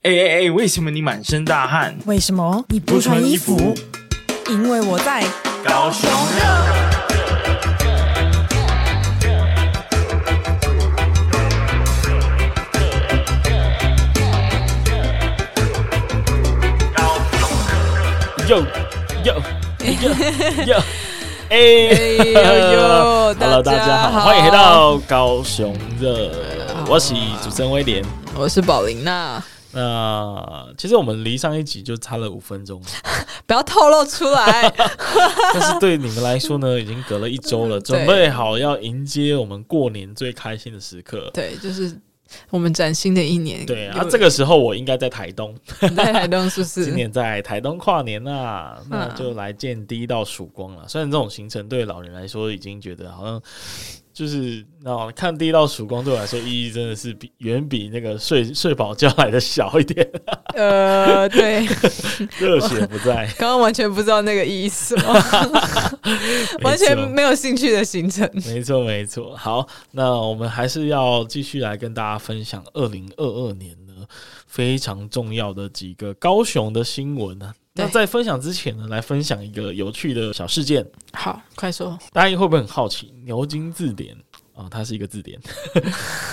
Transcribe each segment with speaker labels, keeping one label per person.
Speaker 1: 哎哎哎，为什么你满身大汗？
Speaker 2: 为什么你不穿衣服？因为我在。
Speaker 1: 高雄
Speaker 3: 哟哟哟 哟！哎
Speaker 2: 哎
Speaker 3: ，Hello，
Speaker 2: 呦
Speaker 3: 大
Speaker 2: 大
Speaker 3: 家
Speaker 2: 家
Speaker 3: 好，
Speaker 2: 好
Speaker 3: 欢迎回到高雄热，我是
Speaker 2: 啊
Speaker 3: 主持人威廉。
Speaker 2: 我是宝琳娜，
Speaker 3: 那、其实我们离上一集就差了五分钟，
Speaker 2: 不要透露出来。
Speaker 3: 但是对你们来说 呢，已经隔了一周了，准备好要迎接我们过年最开心的时刻。
Speaker 2: 对，就是我们崭新的 一年。
Speaker 3: 对啊
Speaker 2: 有，
Speaker 3: 这个时候我应该在台东，
Speaker 2: 在台东是不
Speaker 3: 今
Speaker 2: 是？
Speaker 3: 年在台东跨年啦、 那
Speaker 2: 嗯
Speaker 3: 就来见第一道曙光了。虽然这种行程对老人来说已经觉得好像就是那看第一道曙光对我来说意义真的是比远比那个睡睡饱觉来的小一点，
Speaker 2: 呃，对，
Speaker 3: 热血不在，
Speaker 2: 刚刚完全不知道那个意思哦， 完全
Speaker 3: 没错
Speaker 2: 没有兴趣的行程。
Speaker 3: 没错，没错。好，那我们还是要继续来跟大家分享二零二二年呢非常重要的几个高雄的新闻呢、那
Speaker 2: 对
Speaker 3: 在分享之前呢，来分享一个有趣的小事件。
Speaker 2: 好，快说。
Speaker 3: 大家会不会很好奇牛津字典啊、它是一个字典，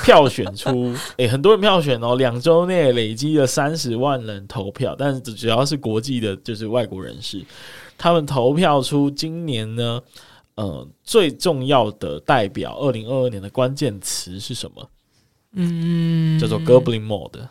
Speaker 3: 票选出 诶、很多人票选哦，两周内累积了三十万人投票，但是只要是国际的，就是外国人士，他们投票出今年呢，呃，最重要的代表二零二二年的关键词是什么？
Speaker 2: 嗯
Speaker 3: 叫做 Goblin Mode、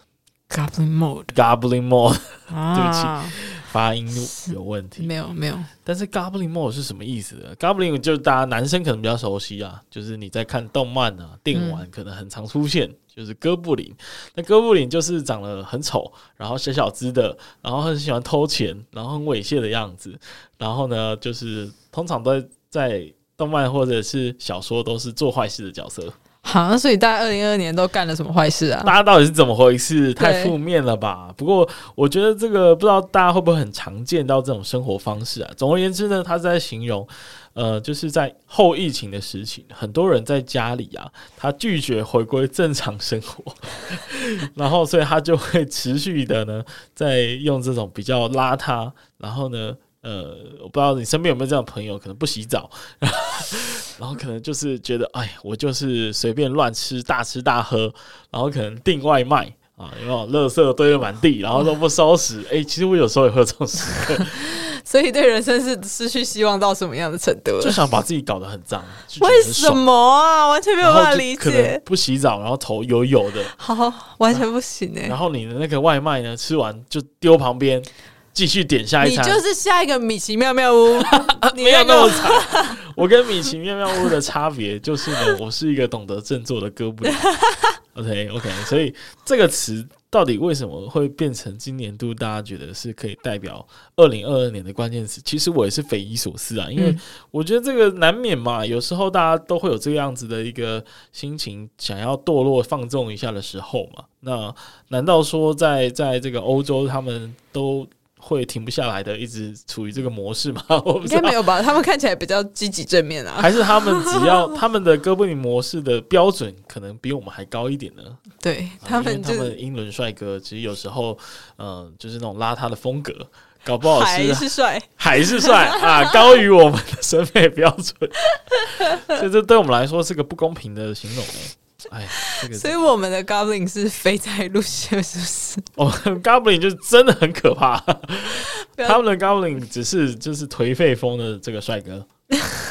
Speaker 2: Goblin Mode
Speaker 3: Goblin Mode
Speaker 2: 啊，
Speaker 3: 发音有问题。
Speaker 2: 没有没有，
Speaker 3: 但是 Goblin Mode 是什么意思呢？Goblin 就是大家男生可能比较熟悉啊，就是你在看动漫啊、电玩，可能很常出现，就是哥布林。那哥布林就是长得很丑，然后小小只的，然后很喜欢偷钱，然后很猥亵的样子。然后呢，就是通常都在在动漫或者是小说都是做坏事的角色。
Speaker 2: 好，那所以大家二零二二年都干了什么坏事啊？
Speaker 3: 大家到底是怎么回事？太
Speaker 2: 对
Speaker 3: 负面了吧？不过我觉得这个不知道大家会不会很常见到这种生活方式啊。总而言之呢，他是在形容，呃，就是在后疫情的时期，很多人在家里啊，他拒绝回归正常生活， 然后所以他就会持续的呢，在用这种比较邋遢，然后呢。呃，我不知道你身边有没有这样的朋友，可能不洗澡， 然后可能就是觉得，哎，我就是随便乱吃，大吃大喝，然后可能订外卖啊，有没有？垃圾堆得满地，然后都不收拾。哎、其实我有时候也会有这种时刻，
Speaker 2: 所以对人生是失去希望到什么样的程度了
Speaker 3: 就？想把自己搞得很脏，就觉得
Speaker 2: 为
Speaker 3: 很
Speaker 2: 什
Speaker 3: 爽？
Speaker 2: 么啊？完全没有
Speaker 3: 然后
Speaker 2: 办法
Speaker 3: 就
Speaker 2: 理
Speaker 3: 可能
Speaker 2: 解。
Speaker 3: 不洗澡，然后头油油的，
Speaker 2: 好，完全不行哎、
Speaker 3: 然后你的那个外卖呢，吃完就丢旁边，继续点下一
Speaker 2: 你
Speaker 3: 餐。
Speaker 2: 就是下一个米奇 妙妙屋，你
Speaker 3: 没有
Speaker 2: 那
Speaker 3: 那么
Speaker 2: 个
Speaker 3: 惨。 我跟米奇妙妙屋的差别就是呢，我是一个懂得振作的哥 布林。OK OK，所以这个词到底为什么会变成今年度大家觉得是可以代表二零二二年的关键词？其实我也是匪夷所思啊，因为
Speaker 2: 嗯
Speaker 3: 我觉得这个难免嘛，有时候大家都会有这样子的一个心情，想要堕落放纵一下的时候嘛。那难道说在在这个欧洲他们都？会停不下来的，一直处于这个模式吗？ 我不
Speaker 2: 应
Speaker 3: 知
Speaker 2: 该
Speaker 3: 道
Speaker 2: 没有吧？他们看起来比较积极正 面啊。
Speaker 3: 还是他们只要 他们的哥布林模式的标准可能比我们还高一点呢？
Speaker 2: 对
Speaker 3: 啊
Speaker 2: 他
Speaker 3: 因为
Speaker 2: 们
Speaker 3: 他
Speaker 2: 就
Speaker 3: 们英伦帅哥，其实有时候，呃，就是那种邋遢的风格，搞不好啊
Speaker 2: 还
Speaker 3: 是
Speaker 2: 是帅，
Speaker 3: 还是帅啊，高于我们的审美标准， 所以这对我们来说是个不公平的形容欸。哎，这
Speaker 2: 所
Speaker 3: 个
Speaker 2: 以我们的 Goblin 是飞在路线，是不是？
Speaker 3: 我 们 Goblin 就是真的很可怕，
Speaker 2: 不要
Speaker 3: 他们的 Goblin 只是就是颓废风的这个帅 哥，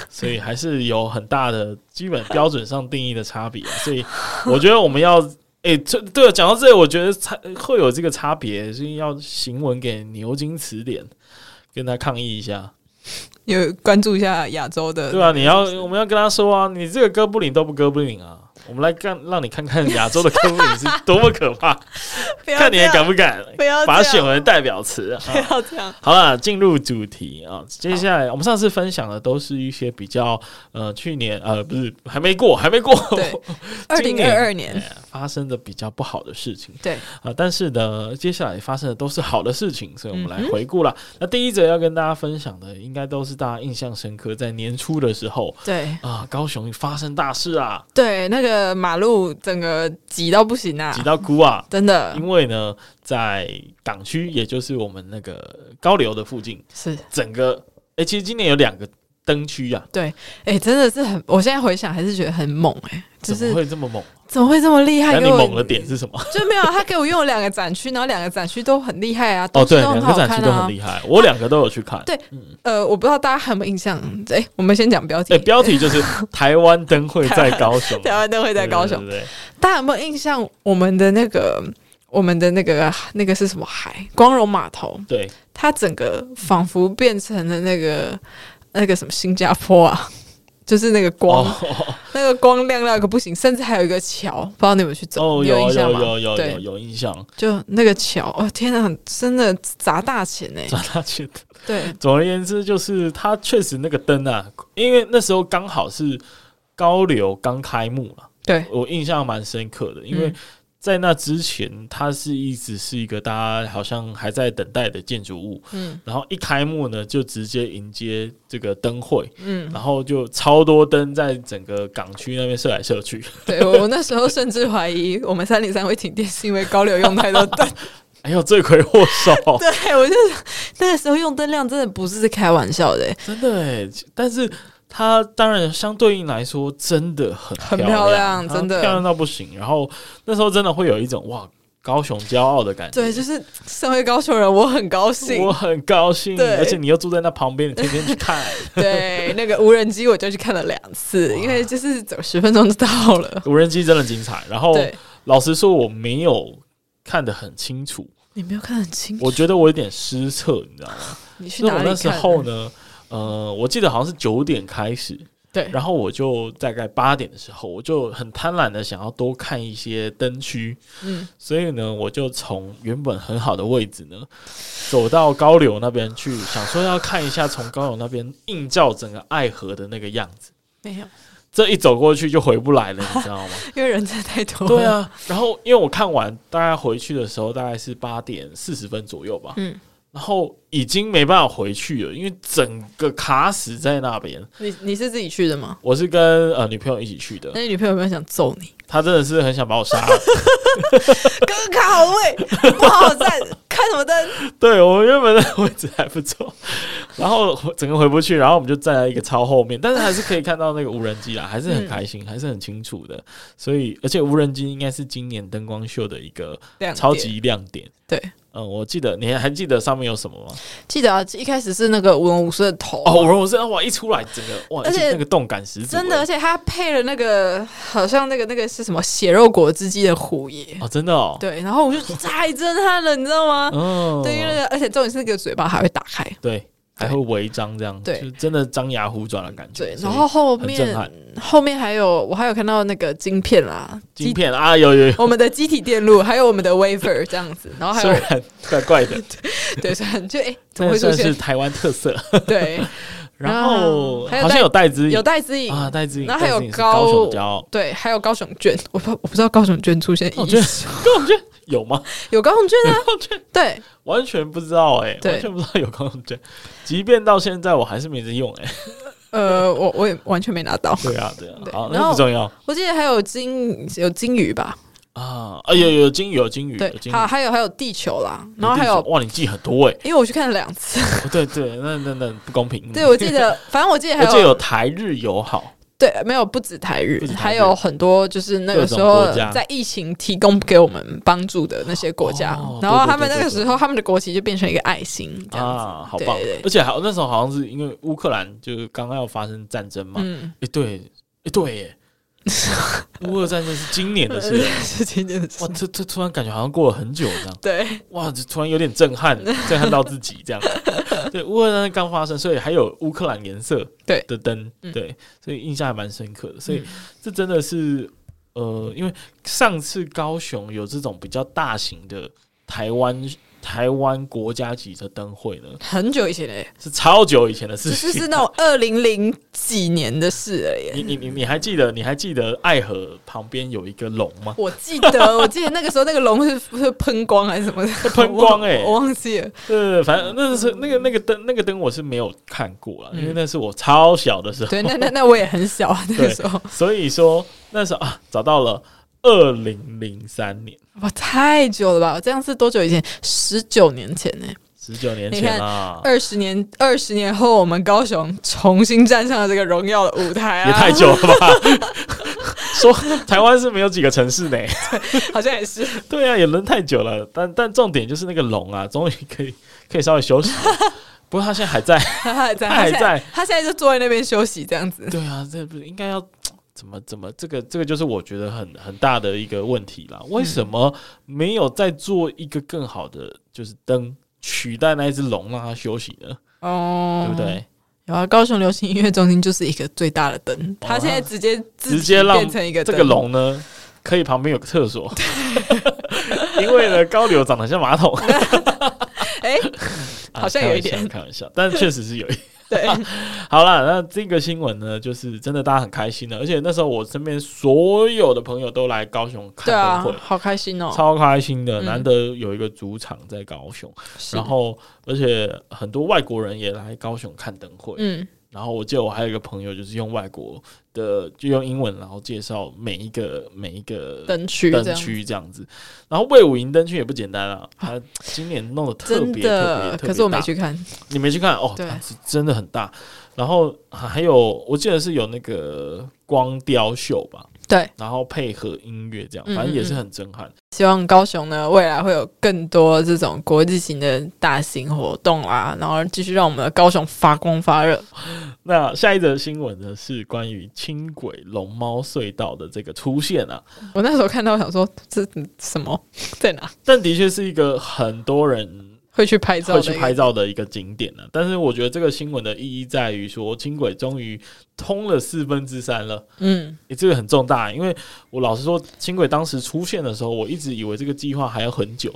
Speaker 3: 所以还是有很大的基本标准上定义的差别啊、所以我觉得我们要，诶，这对了讲到这，我觉得差会有这个差别，所以要行文给牛津词典。跟他抗议一下，
Speaker 2: 有关注一下亚洲的，
Speaker 3: 对啊，你要我们要跟他说啊，你这个哥布林都不哥布林啊，我们来看让你看看亚洲的哥布林是多么可怕，
Speaker 2: 不要
Speaker 3: 看你
Speaker 2: 这
Speaker 3: 还
Speaker 2: 样
Speaker 3: 敢不敢
Speaker 2: 不要
Speaker 3: 把它
Speaker 2: 这样
Speaker 3: 选为代表词啊。
Speaker 2: 不要这样，
Speaker 3: 好了，进入主题啊。接下来我们上次分享的都是一些比较呃，去年呃不是还没过，还没过，
Speaker 2: 对，二
Speaker 3: 今
Speaker 2: 零
Speaker 3: 年
Speaker 2: 二二年
Speaker 3: 哎发生的比较不好的事情
Speaker 2: 对，
Speaker 3: 啊、但是呢，接下来发生的都是好的事情，所以我们来
Speaker 2: 嗯哼
Speaker 3: 回顾啦。那第一则要跟大家分享的，应该都是大家印象深刻，在年初的时候
Speaker 2: 对
Speaker 3: 啊、高雄发生大事啊，
Speaker 2: 对，那个马路整个挤到不行啊
Speaker 3: 挤，到哭啊。
Speaker 2: 真的
Speaker 3: 因为呢，在港区，也就是我们那个高流的附近，
Speaker 2: 是。
Speaker 3: 整个诶，其实今年有两个灯区啊，
Speaker 2: 哎、真的是很，我现在回想还是觉得很猛哎、就
Speaker 3: 怎么
Speaker 2: 是
Speaker 3: 会这么猛？
Speaker 2: 怎么会这么厉害？
Speaker 3: 那你
Speaker 2: 给我
Speaker 3: 猛的点是 什么？
Speaker 2: 就没有啊他给我用了两个展区，然后两个展区都很厉害啊，
Speaker 3: 哦，对，
Speaker 2: 东
Speaker 3: 两
Speaker 2: 西都很
Speaker 3: 个
Speaker 2: 好
Speaker 3: 展
Speaker 2: 看
Speaker 3: 区都
Speaker 2: 啊
Speaker 3: 很。厉害，我两个都有去看。
Speaker 2: 对呃，我不知道大家还有没有印象？哎、我们先讲标题。
Speaker 3: 诶，标题 就是台湾灯会在高雄，
Speaker 2: 台湾灯 会
Speaker 3: 会
Speaker 2: 在高雄，
Speaker 3: 对对
Speaker 2: 大家有没有印象？我们的那个，我们的那个，那个是什么海？光荣码头，
Speaker 3: 对对
Speaker 2: 它整个仿佛变成了那个那个什么新加坡啊， 就是那个光，
Speaker 3: 哦
Speaker 2: 那个光亮到一个不行，甚至还有一个桥，不知道你们去走，
Speaker 3: 哦，
Speaker 2: 你
Speaker 3: 有
Speaker 2: 印
Speaker 3: 有
Speaker 2: 象吗？
Speaker 3: 有有有
Speaker 2: 对，
Speaker 3: 有印象，
Speaker 2: 就那个桥，哦天哪，真的砸大钱呢、
Speaker 3: 转下去。
Speaker 2: 对
Speaker 3: 总而言之，就是它确实那个灯啊，因为那时候刚好是高流刚开幕了，
Speaker 2: 对，
Speaker 3: 我印象蛮深刻的，因为
Speaker 2: 嗯
Speaker 3: 在那之前，它是一直是一个大家好像还在等待的建筑物。
Speaker 2: 嗯
Speaker 3: 然后一开幕呢，就直接迎接这个灯会，
Speaker 2: 嗯，
Speaker 3: 然后就超多灯在整个港区那边射来射去。
Speaker 2: 对我我那时候甚至怀疑我们三零三会停电是因为高流用太多灯，
Speaker 3: 哎呦，罪魁祸首，
Speaker 2: 对我就那个时候用灯量真的不是开玩笑的、欸
Speaker 3: 真的哎。但是它当然相对应来说真的很
Speaker 2: 很
Speaker 3: 漂
Speaker 2: 漂亮
Speaker 3: 它
Speaker 2: 真的
Speaker 3: 漂亮到不行。然后那时候真的会有一种哇，高雄骄傲的感觉。
Speaker 2: 对，就是身为高雄人，嗯我很高兴
Speaker 3: 我。很高兴，
Speaker 2: 对
Speaker 3: 而且你又住在那旁边，你天天去看，
Speaker 2: 对，那个无人机我就去看了两次，因为就是走十分钟就到了。
Speaker 3: 无人机真的精彩。然后
Speaker 2: 对，
Speaker 3: 老实说，我没有看得很清楚，
Speaker 2: 你没有看得很清楚，
Speaker 3: 我觉得我有点失策，你知道吗？
Speaker 2: 你去
Speaker 3: 就是
Speaker 2: 哪
Speaker 3: 我
Speaker 2: 里
Speaker 3: 那时
Speaker 2: 看？
Speaker 3: 候呢，呃，我记得好像是九点开始，
Speaker 2: 对，
Speaker 3: 然后我就大概八点的时候，我就很贪婪的想要多看一些灯区，
Speaker 2: 嗯，
Speaker 3: 所以呢，我就从原本很好的位置呢，走到高柳那边去，想说要看一下从高柳那边映照整个爱河的那个样子。
Speaker 2: 没有，
Speaker 3: 这一走过去就回不来了，你知道吗？
Speaker 2: 因为人真的太多。
Speaker 3: 对，啊， 然后因为我看完，大概回去的时候大概是八点四十分左右吧，
Speaker 2: 嗯，
Speaker 3: 然后已经没办法回去了，因为整个卡死在那边。
Speaker 2: 你你是自己去的吗？
Speaker 3: 我是跟呃女朋友一起去的，
Speaker 2: 那你女朋友有没有想揍你？
Speaker 3: 她真的是很想把我杀了。
Speaker 2: 哥卡好位，不好好 站，看什么灯？
Speaker 3: 对我原本的位置还不错，然后整个回不去，然后我们就站在一个超后面，但是还是可以看到那个无人机啦，还是
Speaker 2: 嗯
Speaker 3: 很开心，还是很清楚的。所以，而且无人机应该是今年灯光秀的一个
Speaker 2: 亮点
Speaker 3: 超级亮点。
Speaker 2: 对，
Speaker 3: 嗯，我记得你还记得上面有什么吗？
Speaker 2: 记得啊，一开始是那个舞龙舞狮的头
Speaker 3: 哦，我我是哇，一出来整个哇，
Speaker 2: 而且
Speaker 3: 那个动感十足，欸
Speaker 2: 真的，而且他配了那个好像那个那个是什么血肉果汁机的虎爷，
Speaker 3: 哦，真的哦，
Speaker 2: 对，然后我就太震撼了，你知道吗？
Speaker 3: 嗯，
Speaker 2: 对，因为那个而且重点是那个嘴巴还会打开，
Speaker 3: 对，还会违章这样，
Speaker 2: 对
Speaker 3: 就是真的张牙舞爪的感觉。
Speaker 2: 对，
Speaker 3: 所以
Speaker 2: 然后后
Speaker 3: 很震撼
Speaker 2: 面，后面还有我还有看到那个晶片啦，
Speaker 3: 晶片啊，有有有
Speaker 2: 机。我们的机体电路，还有我们的 wafer 这样子，哦然后还
Speaker 3: 虽
Speaker 2: 有
Speaker 3: 然怪怪 的，
Speaker 2: 对，虽然就哎、 怎
Speaker 3: 但
Speaker 2: 么会出
Speaker 3: 算是
Speaker 2: 现？
Speaker 3: 台湾特 色。
Speaker 2: 对，
Speaker 3: 然
Speaker 2: 然
Speaker 3: 后
Speaker 2: 后啊还有
Speaker 3: 好像
Speaker 2: 戴
Speaker 3: 有戴之
Speaker 2: 有
Speaker 3: 颖
Speaker 2: 带指引
Speaker 3: 啊，戴之颖，
Speaker 2: 然后还有
Speaker 3: 戴之颖是高雄
Speaker 2: 高
Speaker 3: 骄傲，
Speaker 2: 对，还有高雄卷，我不我不知道高雄卷出现
Speaker 3: 我
Speaker 2: 意
Speaker 3: 觉得
Speaker 2: 思，
Speaker 3: 高雄卷有吗？
Speaker 2: 有高雄卷啊，
Speaker 3: 高雄卷
Speaker 2: 对，
Speaker 3: 完全不知道哎，
Speaker 2: 对
Speaker 3: 完全不知道有高雄卷，即便到现在我还是没人用哎。
Speaker 2: 呃，我我也完全没拿到，
Speaker 3: 对啊，对啊，
Speaker 2: 对
Speaker 3: 好，
Speaker 2: 然
Speaker 3: 那
Speaker 2: 后
Speaker 3: 不重要
Speaker 2: 我记得还有金有金鱼吧，
Speaker 3: 啊啊，有有金鱼，有金鱼，
Speaker 2: 对
Speaker 3: 有，金鱼
Speaker 2: 还。还有还有地球啦，然后还有，
Speaker 3: 哇，你记很多哎、
Speaker 2: 因为我去看了 两次，
Speaker 3: 哦对对，那那那不公平。
Speaker 2: 对我 记得，反正我记得
Speaker 3: 我
Speaker 2: 还
Speaker 3: 记得有台日友好，
Speaker 2: 对，没有不止台日
Speaker 3: 不止，台日
Speaker 2: 还有很多就是那
Speaker 3: 各
Speaker 2: 个
Speaker 3: 种
Speaker 2: 时候
Speaker 3: 国家
Speaker 2: 在疫情提供给我们帮助的那些国家，
Speaker 3: 哦
Speaker 2: 然后
Speaker 3: 对对
Speaker 2: 他们
Speaker 3: 对
Speaker 2: 那个
Speaker 3: 对对
Speaker 2: 时候他们的国旗就变成一个爱心这样子，
Speaker 3: 啊，好棒！
Speaker 2: 对对
Speaker 3: 而且好，那时候好像是因为乌克兰就是刚刚要发生战争嘛，哎、
Speaker 2: 嗯，
Speaker 3: 对，哎、对 耶，乌俄战争是今年的事，
Speaker 2: 是今天的事
Speaker 3: 哇，，这这突然感觉好像过了很久这样，
Speaker 2: 对
Speaker 3: 哇，这突然有点震 撼，震撼到自己这样。对，乌俄战争刚发生，所以还有乌克兰颜色
Speaker 2: 对
Speaker 3: 的灯，
Speaker 2: 嗯
Speaker 3: 对，所以印象还蛮深刻的，所以这真的是呃，因为上次高雄有这种比较大型的台湾台湾国家级的灯会呢，
Speaker 2: 很久以前嘞，
Speaker 3: 是超久以前的事
Speaker 2: 只
Speaker 3: 情。
Speaker 2: 是是那种二零零几年的事了耶。
Speaker 3: 你你你你还记得你还记得爱河旁边有一个龙吗？
Speaker 2: 我记 得，我记得那个时候那个龙是不是喷光还是什么的？
Speaker 3: 喷光欸
Speaker 2: 我忘我忘记了。
Speaker 3: 对，反正那是那个那个灯那个灯我是没有看过了，因
Speaker 2: 嗯
Speaker 3: 为那是我超小的时候。
Speaker 2: 对，那那那我也很小啊，那个 时候，
Speaker 3: 所以说那时候啊，找到了二零零三年，
Speaker 2: 哇，太久了吧？我这样是多久以前？十九年前呢、
Speaker 3: 十九年
Speaker 2: 你
Speaker 3: 前
Speaker 2: 看
Speaker 3: 啦，
Speaker 2: 二十年，二十年后，我们高雄重新站上了这个荣耀的舞台啊！
Speaker 3: 也太久了吧？ 说台湾是没有几个城市呢，
Speaker 2: 好像也是，
Speaker 3: 对啊，也轮太久了。但但重点就是那个龙啊，终于可以可以稍微休息了。不过他现在还在，
Speaker 2: 他还在，
Speaker 3: 他还
Speaker 2: 现
Speaker 3: 在，
Speaker 2: 他现在就坐在那边休息，这样子。
Speaker 3: 对啊，这不应该要怎么怎么？这个这个就是我觉得很很大的一个问题啦。为什么没有再做一个更好的就是灯取代那一只龙让它休息呢？
Speaker 2: 哦
Speaker 3: 对不？对？
Speaker 2: 有啊，高雄流行音乐中心就是一个最大的灯，
Speaker 3: 哦
Speaker 2: 他现在直接自己
Speaker 3: 直接让
Speaker 2: 变成一个
Speaker 3: 这
Speaker 2: 灯
Speaker 3: 个，龙呢，可以旁边有个厕所，因为呢高流长得像马 桶，
Speaker 2: 哎，
Speaker 3: 啊
Speaker 2: 好像有一点
Speaker 3: 开玩笑开玩笑，但确实是有一
Speaker 2: 对，
Speaker 3: 好啦，那这个新闻呢，就是真的大家很开心的，而且那时候我身边所有的朋友都来高雄
Speaker 2: 对
Speaker 3: 看
Speaker 2: 啊
Speaker 3: 灯会，，
Speaker 2: 好开心哦。
Speaker 3: 超开心的，
Speaker 2: 嗯
Speaker 3: 难得有一个主场在高雄，
Speaker 2: 是
Speaker 3: 然，后而且很多外国人也来高雄看灯会。
Speaker 2: 嗯，
Speaker 3: 然后我记得我还有一个朋友，就是用外国的，就用英文，然后介绍每一个每一个
Speaker 2: 灯区这
Speaker 3: 灯
Speaker 2: 样。
Speaker 3: 区这样子。然后魏武营灯区也不简单啊，他今年弄得特
Speaker 2: 真
Speaker 3: 别特别，
Speaker 2: 的，
Speaker 3: 特别
Speaker 2: 可是我
Speaker 3: 大
Speaker 2: 没去看。
Speaker 3: 你没去看哦，
Speaker 2: 对
Speaker 3: 它是真的很大。然后还有，我记得是有那个光雕秀吧，
Speaker 2: 对，
Speaker 3: 然后配合音乐这样，
Speaker 2: 嗯
Speaker 3: 反正也是
Speaker 2: 嗯嗯
Speaker 3: 很震撼。
Speaker 2: 希望高雄呢未来会有更多这种国际型的大型活动啦，然后继续让我们的高雄发光 发热。
Speaker 3: 那下一则新闻呢，是关于轻轨龙猫隧道的这个出现啊，
Speaker 2: 我那时候看到想说这什么 在哪
Speaker 3: 但的确是一个很多人
Speaker 2: 会去拍照
Speaker 3: 会
Speaker 2: 的
Speaker 3: 去
Speaker 2: 一个
Speaker 3: 拍照的一个景点呢、但是我觉得这个新闻的意义在于说，轻轨终于通了四分之三了，
Speaker 2: 嗯
Speaker 3: 诶，这个很重大。因为我老实说，轻轨当时出现的时候，我一直以为这个计划还要很久。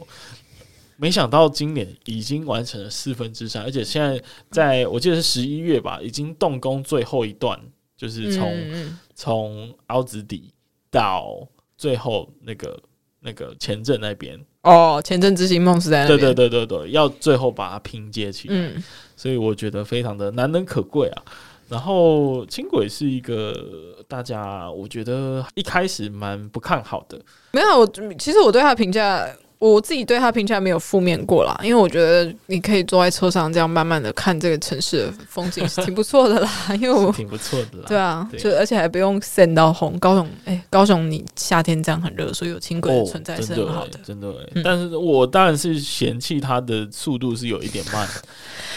Speaker 3: 没想到今年已经完成了四分之三，而且现在在我记得是十一月吧，已经动工最后一段，就是从、
Speaker 2: 嗯
Speaker 3: 从凹子底到最后那个那个前镇那边，
Speaker 2: 哦前阵之星梦是在那
Speaker 3: 对
Speaker 2: 边
Speaker 3: 对对对对，要最后把它拼接起来。
Speaker 2: 嗯
Speaker 3: 所以我觉得非常的难能可贵啊。然后轻轨是一个大家我觉得一开始蛮不看好 的，
Speaker 2: 没有我其实我对他的评价。我自己对他评价没有负面过啦，因为我觉得你可以坐在车上这样慢慢的看这个城市的风景是挺不错的啦。 因为我
Speaker 3: 挺不错的啦。
Speaker 2: 对啊，
Speaker 3: 对
Speaker 2: 就而且还不用晒到红。高雄，哎、高雄你夏天这样很热，所以有轻轨的
Speaker 3: 哦，
Speaker 2: 存在
Speaker 3: 真
Speaker 2: 是
Speaker 3: 的
Speaker 2: 很好的
Speaker 3: 欸。真的欸、
Speaker 2: 嗯
Speaker 3: 但是我当然是嫌弃它的速度是有一点 慢，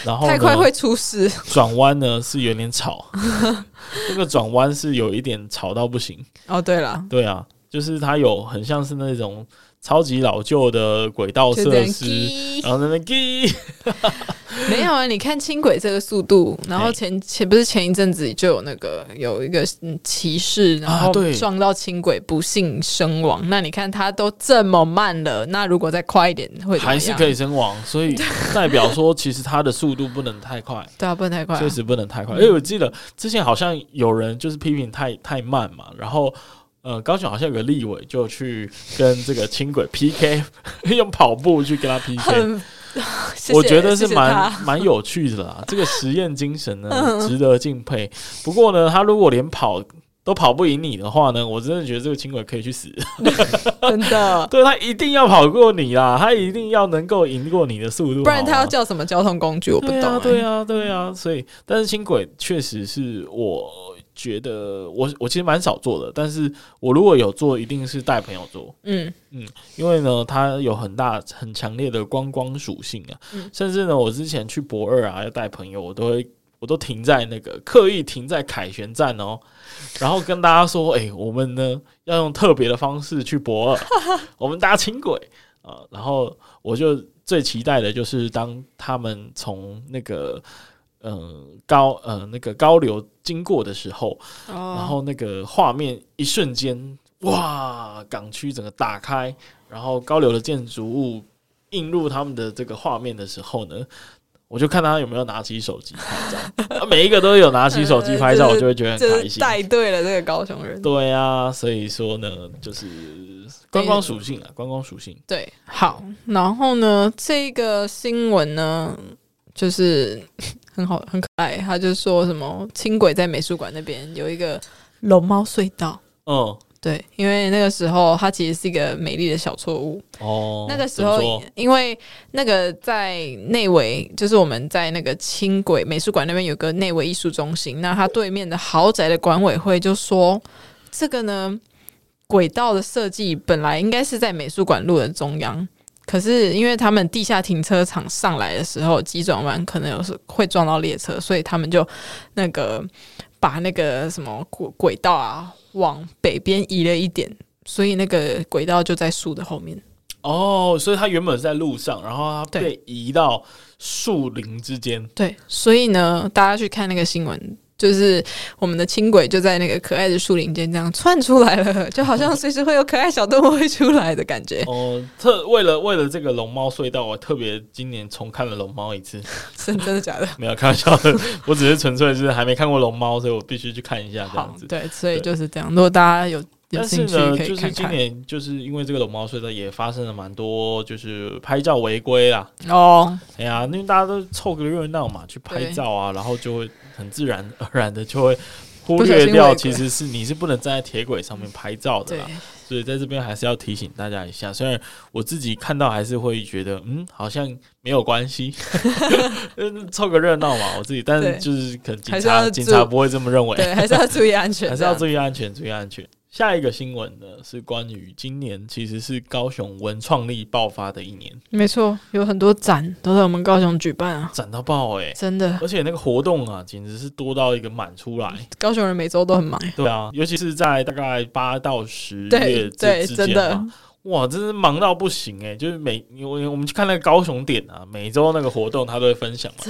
Speaker 3: 然后呢
Speaker 2: 太快会出事，
Speaker 3: 转弯呢是有点吵，这个转弯是有一点吵到不行。
Speaker 2: 哦，对了，
Speaker 3: 对啊，就是它有很像是那种超级老旧的轨道
Speaker 2: 就这
Speaker 3: 哦设
Speaker 2: 样
Speaker 3: 施，
Speaker 2: 滴
Speaker 3: 然后在那边滴。
Speaker 2: 没有啊，你看轻轨这个速 度，然后
Speaker 3: 嘿
Speaker 2: 前前不是前一阵子就有那个有一个嗯骑士，然后
Speaker 3: 啊对
Speaker 2: 撞到轻轨不幸身亡。那你看他都这么慢了，那如果再快一点会怎么
Speaker 3: 还
Speaker 2: 样？
Speaker 3: 是可以身亡，所 以代表说，其实它的速度不能太快，
Speaker 2: 对啊，不能太快啊、
Speaker 3: 确实不能太快。因为哎我记得之前好像有人就是批评太太慢嘛，然后呃，高雄好像有个立委就去跟这个轻轨 PK，用 跑步去跟他 PK。
Speaker 2: 很， 谢 谢
Speaker 3: 我觉得是
Speaker 2: 谢谢
Speaker 3: 蛮
Speaker 2: 他
Speaker 3: 蛮有趣的啦，这个实验精神呢，
Speaker 2: 嗯
Speaker 3: 值得敬佩。不过呢，他如果连跑都跑不赢你的话呢，我真的觉得这个轻轨可以去死。
Speaker 2: 真的，
Speaker 3: 对啊他一定要跑过你啦，他一定要能够赢过你的速度，
Speaker 2: 不然
Speaker 3: 好
Speaker 2: 他要
Speaker 3: 吗
Speaker 2: 叫什么交通工具？我不
Speaker 3: 对
Speaker 2: 懂、欸
Speaker 3: 啊，对啊，对啊，所以，但是轻轨确实是我觉得我我其实蛮少做的，但是我如果有做，一定是带朋友做，
Speaker 2: 嗯，
Speaker 3: 因为呢，它有很大很强烈的观光属性啊，
Speaker 2: 嗯
Speaker 3: 甚至呢，我之前去博二啊，要带朋友，我都会。我都停在那个刻意停在凯旋站哦，然后跟大家说，哎、我们呢要用特别的方式去博二，我们搭轻轨啊。然后我就最期待的就是当他们从那个呃高呃那个高流经过的时候，
Speaker 2: 哦
Speaker 3: 然后那个画面一瞬间，哇，港区整个打开，然后高流的建筑物映入他们的这个画面的时候呢，我就看他有没有拿起手机拍照，啊每一个都有拿起手机拍照，
Speaker 2: 呃
Speaker 3: 我就会觉得很
Speaker 2: 这
Speaker 3: 开
Speaker 2: 是
Speaker 3: 心。
Speaker 2: 带队了这个高雄人。
Speaker 3: 对啊，所以说呢，就是观光属性啊，观光属性。
Speaker 2: 对，好，然后呢，这个新闻呢，就是很好很可爱，他就说什么轻轨在美术馆那边有一个龙猫隧道。
Speaker 3: 嗯，
Speaker 2: 对，因为那个时候它其实是一个美丽的小错误。
Speaker 3: 哦，
Speaker 2: 那个时
Speaker 3: 怎么
Speaker 2: 候
Speaker 3: 说，
Speaker 2: 因为那个在内围，就是我们在那个轻轨美术馆那边有个内围艺术中心，那它对面的豪宅的管委会就说，这个呢轨道的设计本来应该是在美术馆路的中央。可是因为他们地下停车场上来的时候急转弯，可能有时会撞到列车，所以他们就那个把那个什么轨轨道啊往北边移了一点，所以那个轨道就在树的后面。
Speaker 3: 哦，所以它原本是在路上，然后它
Speaker 2: 对
Speaker 3: 被移到树林之间。，
Speaker 2: 对，所以呢，大家去看那个新闻，就是我们的轻轨就在那个可爱的树林间这样窜出来了，就好像随时会有可爱小动物会出来的感觉
Speaker 3: 哦，特为了为了这个龙猫隧道，我特别今年重看了龙猫一次，
Speaker 2: 是真的假的？
Speaker 3: 没有开玩笑的，我只是纯粹是还没看过龙猫，所以我必须去看一下这样
Speaker 2: 好
Speaker 3: 子，。
Speaker 2: 对，所以就是这样。如果大家有有
Speaker 3: 但是
Speaker 2: 兴趣，
Speaker 3: 呢，
Speaker 2: 可以
Speaker 3: 就是
Speaker 2: 看
Speaker 3: 今
Speaker 2: 看
Speaker 3: 年就是因为这个龙猫隧道也发生了蛮多就是拍照违规啦，
Speaker 2: 哦。
Speaker 3: 哎呀，因为大家都凑个热闹嘛，去拍
Speaker 2: 对
Speaker 3: 照啊，然后就会很自然而然的就会忽
Speaker 2: 不小
Speaker 3: 略
Speaker 2: 心
Speaker 3: 掉，
Speaker 2: 违
Speaker 3: 其
Speaker 2: 规
Speaker 3: 实是你是不能站在铁轨上面拍照的
Speaker 2: 对
Speaker 3: 啦。，所以在这边还是要提醒大家一下，虽然我自己看到还是会觉得，嗯，好像没有关系， 嗯凑个热闹嘛，我自己，但是
Speaker 2: 对
Speaker 3: 就是可能警
Speaker 2: 还是要
Speaker 3: 察
Speaker 2: 注
Speaker 3: 警察不会这么认为，
Speaker 2: 对，还是要注意安 全，
Speaker 3: 还是要
Speaker 2: 意。
Speaker 3: 注意安全，注意安全。下一个新闻呢，是关于今年其实是高雄文创力爆发的一年，
Speaker 2: 没错，有很多展都在我们高雄举办啊，
Speaker 3: 展到爆哎、
Speaker 2: 真 的，
Speaker 3: 而且那个活动啊，简直是多到一个满出 来。
Speaker 2: 高雄人每周都很忙。
Speaker 3: 对啊，尤其是在大概八到十月这
Speaker 2: 对对，
Speaker 3: 之间
Speaker 2: 真
Speaker 3: 吧
Speaker 2: 的，
Speaker 3: 哇，真是忙到不行哎、就是每我我们去看那个高雄点啊，每周那个活动他都会分享嘛，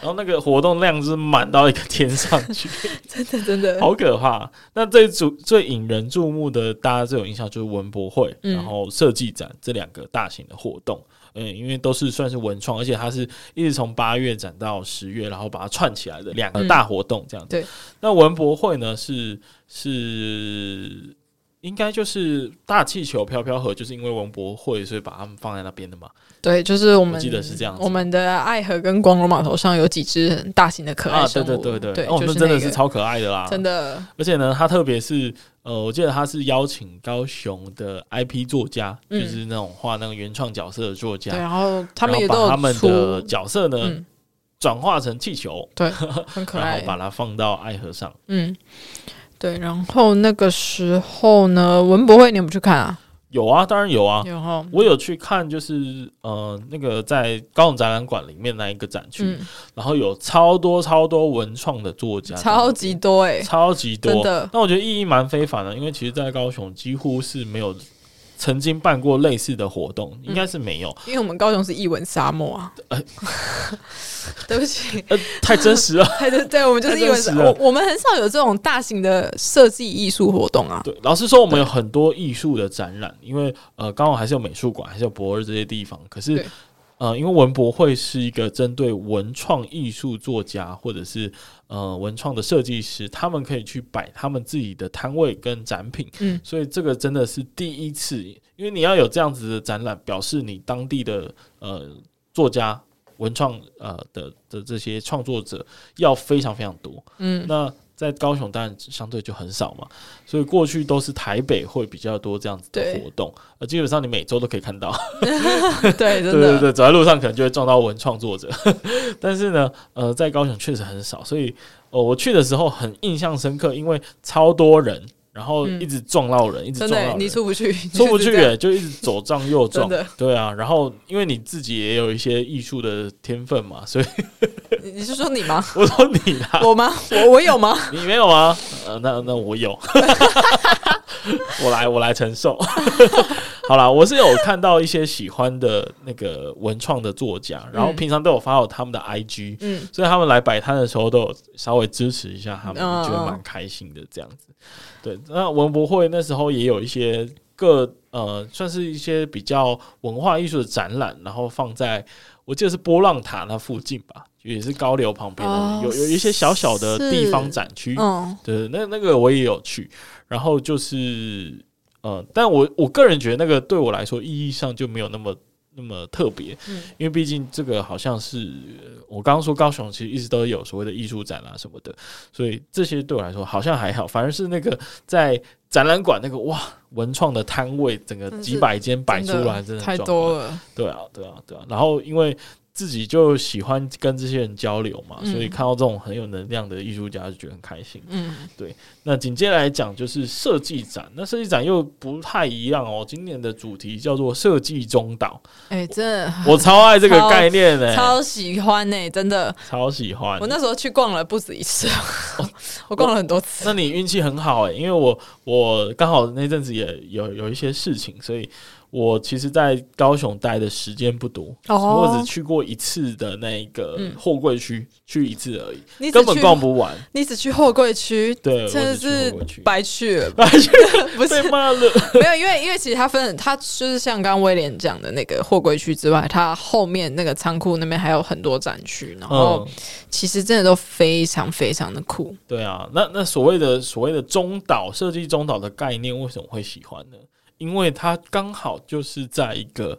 Speaker 3: 然后那个活动量是满到一个天上去，
Speaker 2: 真的，真 的，
Speaker 3: 好可怕。那最主最引人注目的，大家最有印象就是文博会，
Speaker 2: 嗯
Speaker 3: 然后设计展这两个大型的活动。嗯，因为都是算是文创，而且它是一直从八月展到十月，然后把它串起来的两个
Speaker 2: 嗯
Speaker 3: 大活动这样子。
Speaker 2: 对
Speaker 3: 那文博会呢是是应该就是大气球飘飘盒，就是因为文博会，所以把它们放在那边的嘛。
Speaker 2: 对，就是我们
Speaker 3: 我记得是这样子
Speaker 2: 我们的爱河跟光荣码头上有几只很大型的可爱
Speaker 3: 啊，
Speaker 2: 生
Speaker 3: 对
Speaker 2: 物，
Speaker 3: 对对对，
Speaker 2: 对，
Speaker 3: 哦，
Speaker 2: 就
Speaker 3: 那
Speaker 2: 是
Speaker 3: 真的
Speaker 2: 那
Speaker 3: 是
Speaker 2: 个
Speaker 3: 超可爱的啦，
Speaker 2: 真的，
Speaker 3: 而且呢，他特别是呃，我记得他是邀请高雄的 IP 作家，
Speaker 2: 嗯
Speaker 3: 就是那种画那个原创角色的作
Speaker 2: 对，
Speaker 3: 家，
Speaker 2: 然后他们也
Speaker 3: 然后把
Speaker 2: 都
Speaker 3: 他
Speaker 2: 有
Speaker 3: 们
Speaker 2: 出，
Speaker 3: 的 角色呢
Speaker 2: 嗯，
Speaker 3: 转、化成气球，
Speaker 2: 对，很可
Speaker 3: 然
Speaker 2: 爱
Speaker 3: 后，把它放到爱河上。
Speaker 2: 嗯，对，然后那个时候呢，文博会你有没有去看啊？哦
Speaker 3: 有啊，当然有啊，
Speaker 2: 然后，
Speaker 3: 我有去看，就是呃，那个在高雄展览馆里面那一个展区，
Speaker 2: 嗯，
Speaker 3: 然后有超多超多文创的作家，
Speaker 2: 超级多哎、
Speaker 3: 超级多
Speaker 2: 真的
Speaker 3: 那我觉得意义蛮非凡的，因为其实，在高雄几乎是没有曾经办过类似的活动，
Speaker 2: 嗯
Speaker 3: 应该是没有。
Speaker 2: 因为我们高雄是艺文沙漠 啊。对不起，
Speaker 3: 呃，太真实 了。
Speaker 2: 对对对，我们就是
Speaker 3: 太真
Speaker 2: 艺文沙
Speaker 3: 实了
Speaker 2: 漠，我我们很少有这种大型的设计艺术活动啊。
Speaker 3: 对，老实说，我们有很多艺术的展览，因为呃，刚好还是有美术馆，还是有博尔这些地方。可是
Speaker 2: 对，
Speaker 3: 呃，因为文博会是一个针对文创艺术作家或者是呃文创的设计师，他们可以去摆他们自己的摊位跟展品，
Speaker 2: 嗯，
Speaker 3: 所以这个真的是第一次，因为你要有这样子的展览，表示你当地的呃作家、文创呃的的这些创作者要非常非常多。
Speaker 2: 嗯，
Speaker 3: 那在高雄当然相对就很少嘛，所以过去都是台北会比较多这样子的
Speaker 2: 对
Speaker 3: 活动，呃，基本上你每周都可以看到。
Speaker 2: 对，真
Speaker 3: 对对
Speaker 2: 的，
Speaker 3: 对，走在路上可能就会撞到文创作者， 但是呢，呃，在高雄确实很少，所以呃，我去的时候很印象深刻，因为超多人，然后
Speaker 2: 嗯
Speaker 3: 一直撞到人，一直
Speaker 2: 真
Speaker 3: 撞到
Speaker 2: 的，
Speaker 3: 人，
Speaker 2: 你出不去，
Speaker 3: 出不
Speaker 2: 就是
Speaker 3: 去
Speaker 2: 这样
Speaker 3: 耶、就一直左撞右撞
Speaker 2: 真的，
Speaker 3: 对啊。然后因为你自己也有一些艺术的天分嘛，所以
Speaker 2: 你你是说你吗？
Speaker 3: 我说你啊啦，
Speaker 2: 我吗？我我有 吗？
Speaker 3: 你没有吗？呃，那那我 有，我来我来承受。 好啦，我是有看到一些喜欢的那个文创的作家，然后
Speaker 2: 嗯
Speaker 3: 平常都有发到他们的 IG，、
Speaker 2: 嗯，
Speaker 3: 所以他们来摆摊的时候都有稍微支持一下他们，
Speaker 2: 嗯
Speaker 3: 觉得蛮开心的这样子。对，那文博会那时候也有一些各呃，算是一些比较文化艺术的展览，然后放在我记得是波浪塔那附近吧，也是高流旁边的，
Speaker 2: 哦
Speaker 3: 有有一些小小的地方
Speaker 2: 是
Speaker 3: 展区。
Speaker 2: 嗯，
Speaker 3: 对，那那个我也有去，然后就是呃，但我我个人觉得那个对我来说意义上就没有那么那么特别，
Speaker 2: 嗯
Speaker 3: 因为毕竟这个好像是呃我刚刚说高雄其实一直都有所谓的艺术展啊什么的，所以这些对我来说好像还好，反而是那个在展览馆那个哇文创的摊位，整个
Speaker 2: 真
Speaker 3: 几
Speaker 2: 是
Speaker 3: 百间摆出来，真的
Speaker 2: 太
Speaker 3: 很壮观
Speaker 2: 多了，
Speaker 3: 对啊，对啊，对啊。然后因为自己就喜欢跟这些人交流嘛，
Speaker 2: 嗯
Speaker 3: 所以看到这种很有能量的艺术家就觉得很开心。
Speaker 2: 嗯，
Speaker 3: 那紧接着来讲就是设计展，那设计展又不太一样哦。今年的主题叫做设计中 岛，
Speaker 2: 哎、真的
Speaker 3: 我超爱这个概念呢、
Speaker 2: 超喜欢呢、真的，
Speaker 3: 超喜欢
Speaker 2: 我。那时候去逛了不止一次，
Speaker 3: 哦
Speaker 2: 我逛了很多次，
Speaker 3: 那你运气很好欸诶、因为我我刚好那阵子也有有一些事情，所以我其实，在高雄待的时间不多，
Speaker 2: 哦
Speaker 3: 我只去过一次的那个
Speaker 2: 嗯
Speaker 3: 货柜区，去一次而已，
Speaker 2: 你只
Speaker 3: 根本
Speaker 2: 去
Speaker 3: 逛不完。
Speaker 2: 你只去货柜区，
Speaker 3: 对，
Speaker 2: 真的
Speaker 3: 我只去
Speaker 2: 是
Speaker 3: 过去，
Speaker 2: 白去了， 不是
Speaker 3: 被骂了。
Speaker 2: 没有，因为因为其实它分，它就是像刚刚威廉讲的那个货柜区之外，它后面那个仓库那边还有很多展区，然后
Speaker 3: 嗯，
Speaker 2: 其实真的都非常非常的酷。
Speaker 3: 对啊，那那所谓的所谓的中岛设计中岛的概念，为什么会喜欢呢？因为它刚好就是在一个，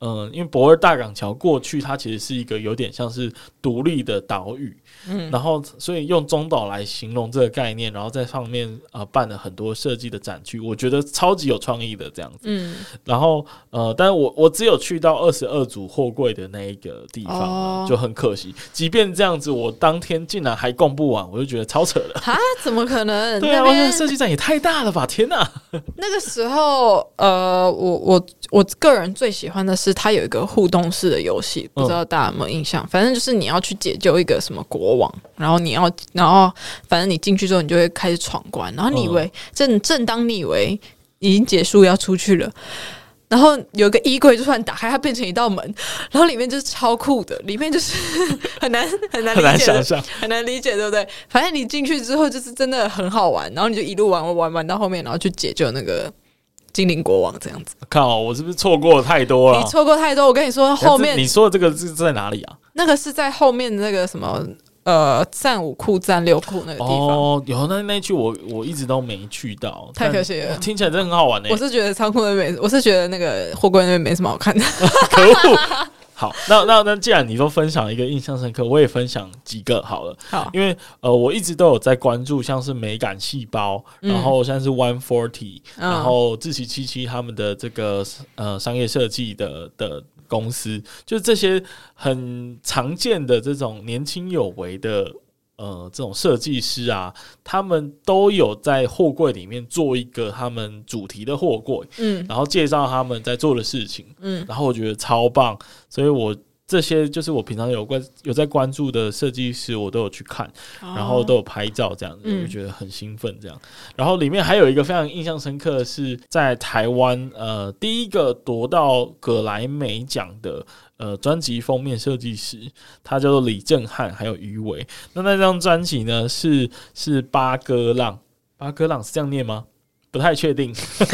Speaker 3: 嗯、因为博尔大港桥过去，它其实是一个有点像是独立的岛屿，
Speaker 2: 嗯
Speaker 3: 然后所以用中岛来形容这个概念，然后在上面呃办了很多设计的展区，我觉得超级有创意的这样子。
Speaker 2: 嗯，
Speaker 3: 然后呃，但是我我只有去到二十二组货柜的那一个地方啊、
Speaker 2: 哦
Speaker 3: 就很可惜。即便这样子，我当天竟然还逛不完，我就觉得超扯了。
Speaker 2: 哈，怎么可能？
Speaker 3: 对啊，
Speaker 2: 那
Speaker 3: 我觉得
Speaker 2: 边
Speaker 3: 设计展也太大了吧！天哪、
Speaker 2: 那个时候，呃，我我我个人最喜欢的是它有一个互动式的游戏，不知道大家有没有印象？反正就是你要去解救一个什么国王，然后你要，然后反正你进去之后，你就会开始闯关，然后你以为、正正当你以为已经结束要出去了。然后有一个衣柜就突然打开，它变成一道门，然后里面就是超酷的，里面就是 很难很难理
Speaker 3: 很难
Speaker 2: 解的
Speaker 3: 想象。
Speaker 2: 很难理解，对不对？反正你进去之后就是真的很好玩，然后你就一路玩玩玩玩到后面，然后去解救那个精灵国王这样子。
Speaker 3: 靠，我是不是错过了太多了
Speaker 2: 你？错过太多，我跟你说，后面
Speaker 3: 你说的这个是在哪里啊？
Speaker 2: 那个是在后面的那个什么呃战五库、战六库那个地方，
Speaker 3: 哦，有那那一区我我一直都没去到，
Speaker 2: 太可
Speaker 3: 但
Speaker 2: 惜了
Speaker 3: 哇听起来真的很好玩呢、
Speaker 2: 我是觉得仓库那边，我是觉得那个货柜那边没什么好 看的。
Speaker 3: 可恶！好，那那那既然你都分享一个印象深刻，我也分享几个好了。
Speaker 2: 好，
Speaker 3: 因为呃，我一直都有在关注，像是美感细胞，
Speaker 2: 嗯
Speaker 3: 然后像是 One Forty，、
Speaker 2: 嗯
Speaker 3: 然后自崎七七他们的这个呃商业设计的的公司，就是这些很常见的这种年轻有为的呃这种设计师啊，他们都有在货柜里面做一个他们主题的货柜，
Speaker 2: 嗯
Speaker 3: 然后介绍他们在做的事情。
Speaker 2: 嗯
Speaker 3: 然后我觉得超棒，所以我这些就是我平常有关有在关注的设计师，我都有去看，然后都有拍照这样子，
Speaker 2: 哦嗯
Speaker 3: 我就觉得很兴奋这样。然后里面还有一个非常印象深刻的是，在台湾呃第一个夺到葛莱美奖的。呃，专辑封面设计师，他叫做李正翰，还有余伟。那那张专辑呢，是是八哥浪，八哥浪是这样念吗？不太确定。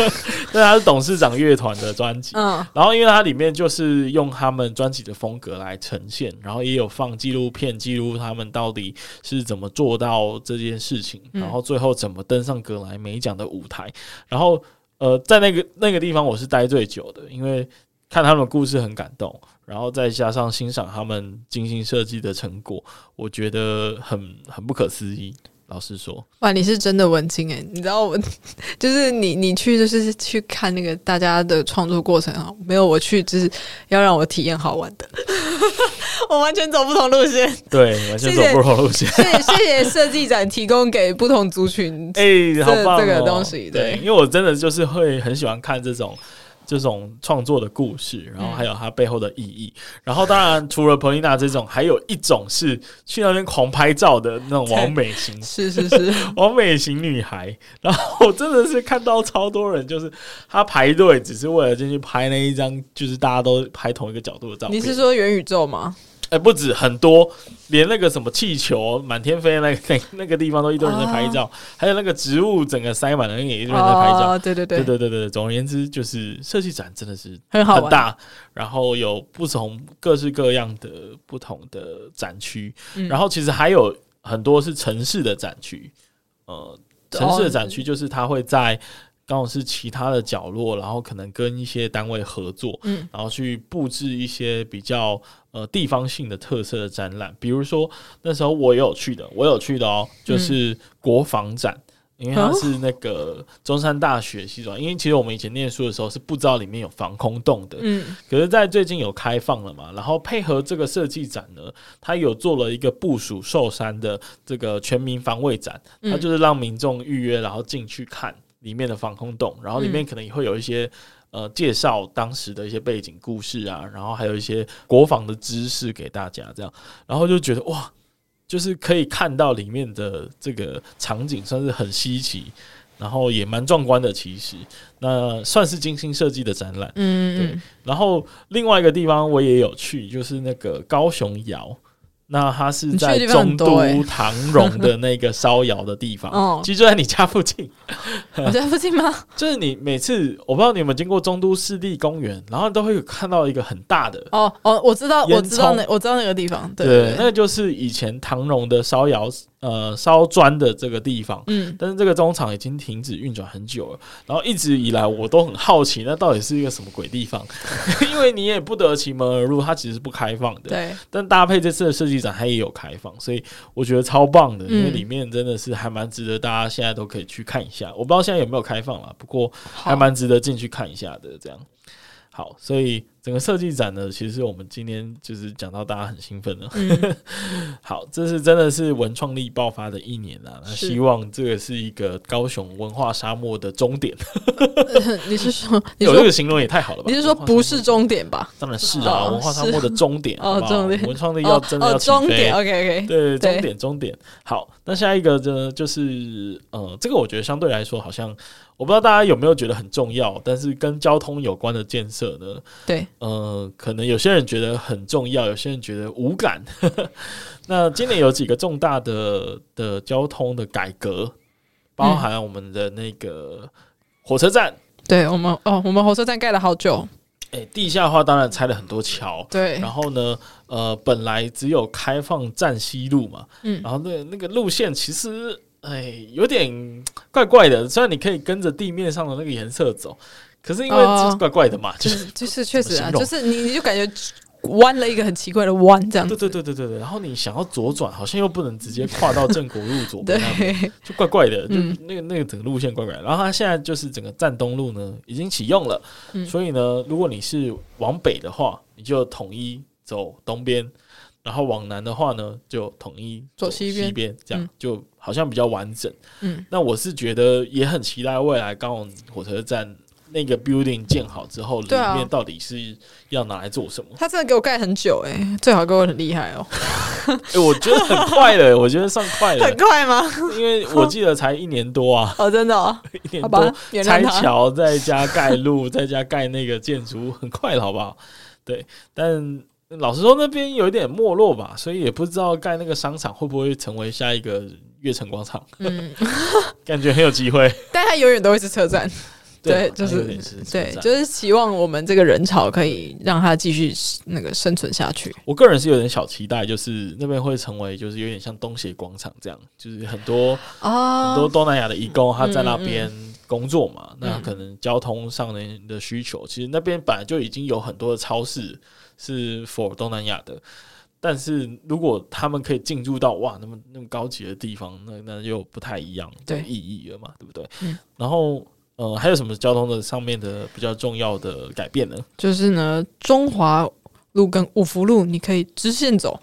Speaker 3: 但他是董事长乐团的专辑，
Speaker 2: 嗯
Speaker 3: 然后因为它里面就是用他们专辑的风格来呈现，然后也有放纪录片记录他们到底是怎么做到这件事情，
Speaker 2: 嗯
Speaker 3: 然后最后怎么登上格莱美奖的舞台。然后呃，在那个那个地方我是待最久的，因为看他们的故事很感动，然后再加上欣赏他们精心设计的成果，我觉得很很不可思议。老实说，
Speaker 2: 哇，你是真的文青哎、你知道我就是你，你去就是去看那个大家的创作过程啊，没有我去就是要让我体验好玩 的，我完全走不同路线。
Speaker 3: 对，完全
Speaker 2: 谢
Speaker 3: 走
Speaker 2: 谢
Speaker 3: 不同路线。
Speaker 2: 谢谢谢谢设计展提供给不同族 群。
Speaker 3: 哎、好棒、哦！
Speaker 2: 这个东西
Speaker 3: 对
Speaker 2: 对，
Speaker 3: 因为我真的就是会很喜欢看这种这种创作的故事，
Speaker 2: 嗯
Speaker 3: 然后还有它背后的意义。然后当然除了 Polina 这种，还有一种是去那边狂拍照的那种完美型
Speaker 2: 是是是，
Speaker 3: 完美型女孩，然后我真的是看到超多人，就是她排队只是为了进去拍那一张，就是大家都拍同一个角度的照片。
Speaker 2: 你是说元宇宙吗？
Speaker 3: 哎、哎，不止很多，连那个什么气球满天飞那个 那那个地方都一堆人在拍照，还有那个植物整个塞满了，那个也一堆人在拍照。
Speaker 2: 哦，对对
Speaker 3: 对
Speaker 2: 对，
Speaker 3: 对对对对，总而言之就是设计展真的是
Speaker 2: 很好
Speaker 3: 很
Speaker 2: 玩。
Speaker 3: 大，然后有不同各式各样的不同的展区，
Speaker 2: 嗯
Speaker 3: 然后其实还有很多是城市的展区，
Speaker 2: 哦
Speaker 3: 呃，城市的展区就是它会在高雄市其他的角落，然后可能跟一些单位合作，
Speaker 2: 嗯
Speaker 3: 然后去布置一些比较呃地方性的特色的展览，比如说那时候我也有去的，我有去的哦，
Speaker 2: 嗯
Speaker 3: 就是国防展。因为它
Speaker 2: 哦
Speaker 3: 是那个中山大学西装，因为其实我们以前念书的时候是不知道里面有防空洞的，
Speaker 2: 嗯，
Speaker 3: 可是，在最近有开放了嘛，然后配合这个设计展呢，它有做了一个部署寿山的这个全民防卫展，
Speaker 2: 嗯
Speaker 3: 它就是让民众预约，然后进去看里面的防空洞，然后里面可能也会有一些。呃，介绍当时的一些背景故事啊，然后还有一些国防的知识给大家，这样，然后就觉得哇，就是可以看到里面的这个场景，算是很稀奇，然后也蛮壮观的。其实，那算是精心设计的展览。
Speaker 2: 嗯嗯
Speaker 3: 然后另外一个地方我也有去，就是那个高雄窑，那它是在
Speaker 2: 你去的地方
Speaker 3: 中
Speaker 2: 很多欸
Speaker 3: 都唐荣的那个烧窑的地
Speaker 2: 哦
Speaker 3: 方，其实就在你家附近。
Speaker 2: 嗯，我在附近吗？
Speaker 3: 就是你每次，我不知道你有没有经过中都市立公园，然后都会有看到一个很大的，
Speaker 2: 哦哦，我知道，
Speaker 3: 烟
Speaker 2: 我知道
Speaker 3: 囱
Speaker 2: 那我知道那个地方，对
Speaker 3: 那个就是以前唐荣的烧窑，呃，烧砖的这个地方。
Speaker 2: 嗯，
Speaker 3: 但是这个中场已经停止运转很久了，然后一直以来我都很好奇，那到底是一个什么鬼地方？ 因为你也不得其门而入，它其实是不开放的。
Speaker 2: 对，
Speaker 3: 但搭配这次的设计展，它也有开放，所以我觉得超棒的，
Speaker 2: 嗯
Speaker 3: 因为里面真的是还蛮值得大家现在都可以去看一下。我不知道现在有没有开放啦，不过还
Speaker 2: 好，
Speaker 3: 蛮值得进去看一下的。这样好，所以整个设计展呢，其实我们今天就是讲到大家很兴奋了。
Speaker 2: 嗯
Speaker 3: 好，这是真的是文创力爆发的一年啦，那
Speaker 2: 是
Speaker 3: 希望这个是一个高雄文化沙漠的终点。
Speaker 2: 你是说你
Speaker 3: 有这
Speaker 2: 说
Speaker 3: 个形容也太好了吧？
Speaker 2: 你是说
Speaker 3: 文化沙漠
Speaker 2: 不是终点吧？
Speaker 3: 当然是啊，
Speaker 2: 哦
Speaker 3: 文化沙漠的终点好
Speaker 2: 哦
Speaker 3: 不好
Speaker 2: 终点
Speaker 3: 文创力要
Speaker 2: 哦
Speaker 3: 真的要
Speaker 2: 哦，
Speaker 3: 起飞。
Speaker 2: 终点，OK OK，
Speaker 3: 对，
Speaker 2: 对
Speaker 3: 终点终点。好，那下一个呢，就是呃，这个我觉得相对来说好像，我不知道大家有没有觉得很重要，但是跟交通有关的建设呢，
Speaker 2: 对，
Speaker 3: 呃，可能有些人觉得很重要，有些人觉得无感。 那今年有几个重大的的交通的改革，包含我们的那个火车站，
Speaker 2: 对我们哦，我们火车站盖了好久，
Speaker 3: 哎、地下化当然拆了很多桥，
Speaker 2: 对
Speaker 3: 然，后呢，呃，本来只有开放站西路嘛，
Speaker 2: 嗯
Speaker 3: 然后那那个路线其实，哎，有点怪怪的。虽然你可以跟着地面上的那个颜色走，可是因为
Speaker 2: 哦
Speaker 3: 就是怪怪的嘛，就
Speaker 2: 就是是就是确实啊，
Speaker 3: 怎么形容
Speaker 2: 就是你你就感觉弯了一个很奇怪的弯这样
Speaker 3: 对
Speaker 2: 子，
Speaker 3: 对对对对对。然后你想要左转，好像又不能直接跨到正国路左边那边，
Speaker 2: 对，
Speaker 3: 就怪怪的，就
Speaker 2: 嗯
Speaker 3: 那个那个整个路线怪怪的。然后它现在就是整个站东路呢已经启用了，
Speaker 2: 嗯
Speaker 3: 所以呢，如果你是往北的话，你就统一走东边；然后往南的话呢，就统一
Speaker 2: 走西
Speaker 3: 西
Speaker 2: 边
Speaker 3: 这样、
Speaker 2: 嗯
Speaker 3: 就好像比较完整。
Speaker 2: 嗯
Speaker 3: 那我是觉得也很期待未来高雄火车站那个 building 建好之后，里
Speaker 2: 对啊
Speaker 3: 面到底是要拿来做什么？
Speaker 2: 他真的给我盖很久哎、最好给我很厉害哦，
Speaker 3: 哎、我觉得很快 了，我觉得算快了
Speaker 2: 很，快吗？
Speaker 3: 因为我记得才一年多啊，
Speaker 2: 哦，真的、哦，
Speaker 3: 一年
Speaker 2: 好
Speaker 3: 多
Speaker 2: 吧。，原
Speaker 3: 拆
Speaker 2: 谅他。
Speaker 3: 桥，再加盖 路，再加盖那个建筑，很快了，好不好？对，但老实说，那边有一点没落吧，所以也不知道盖那个商场会不会成为下一个悦城广场，
Speaker 2: 嗯，
Speaker 3: 感觉很有机会。
Speaker 2: 但他永远都会是车站， 对，就
Speaker 3: 还有点是
Speaker 2: 对，
Speaker 3: 是
Speaker 2: 就是期望我们这个人潮可以让它继续那个生存下去。
Speaker 3: 我个人是有点小期待，就是那边会成为就是有点像东协广场这样，就是很多很
Speaker 2: 啊
Speaker 3: 多东南亚的移工他在那
Speaker 2: 嗯嗯
Speaker 3: 边工作嘛，那
Speaker 2: 嗯
Speaker 3: 可能交通上的的需求，其实那边本来就已经有很多的超市是 for 东南亚的，但是如果他们可以进入到哇那么那么高级的地方，那那又不太一样的
Speaker 2: 对
Speaker 3: 意义了嘛，对不对？
Speaker 2: 嗯
Speaker 3: 然后呃，还有什么交通的上面的比较重要的改变呢？
Speaker 2: 就是呢，中华路跟五福路你可以直线走，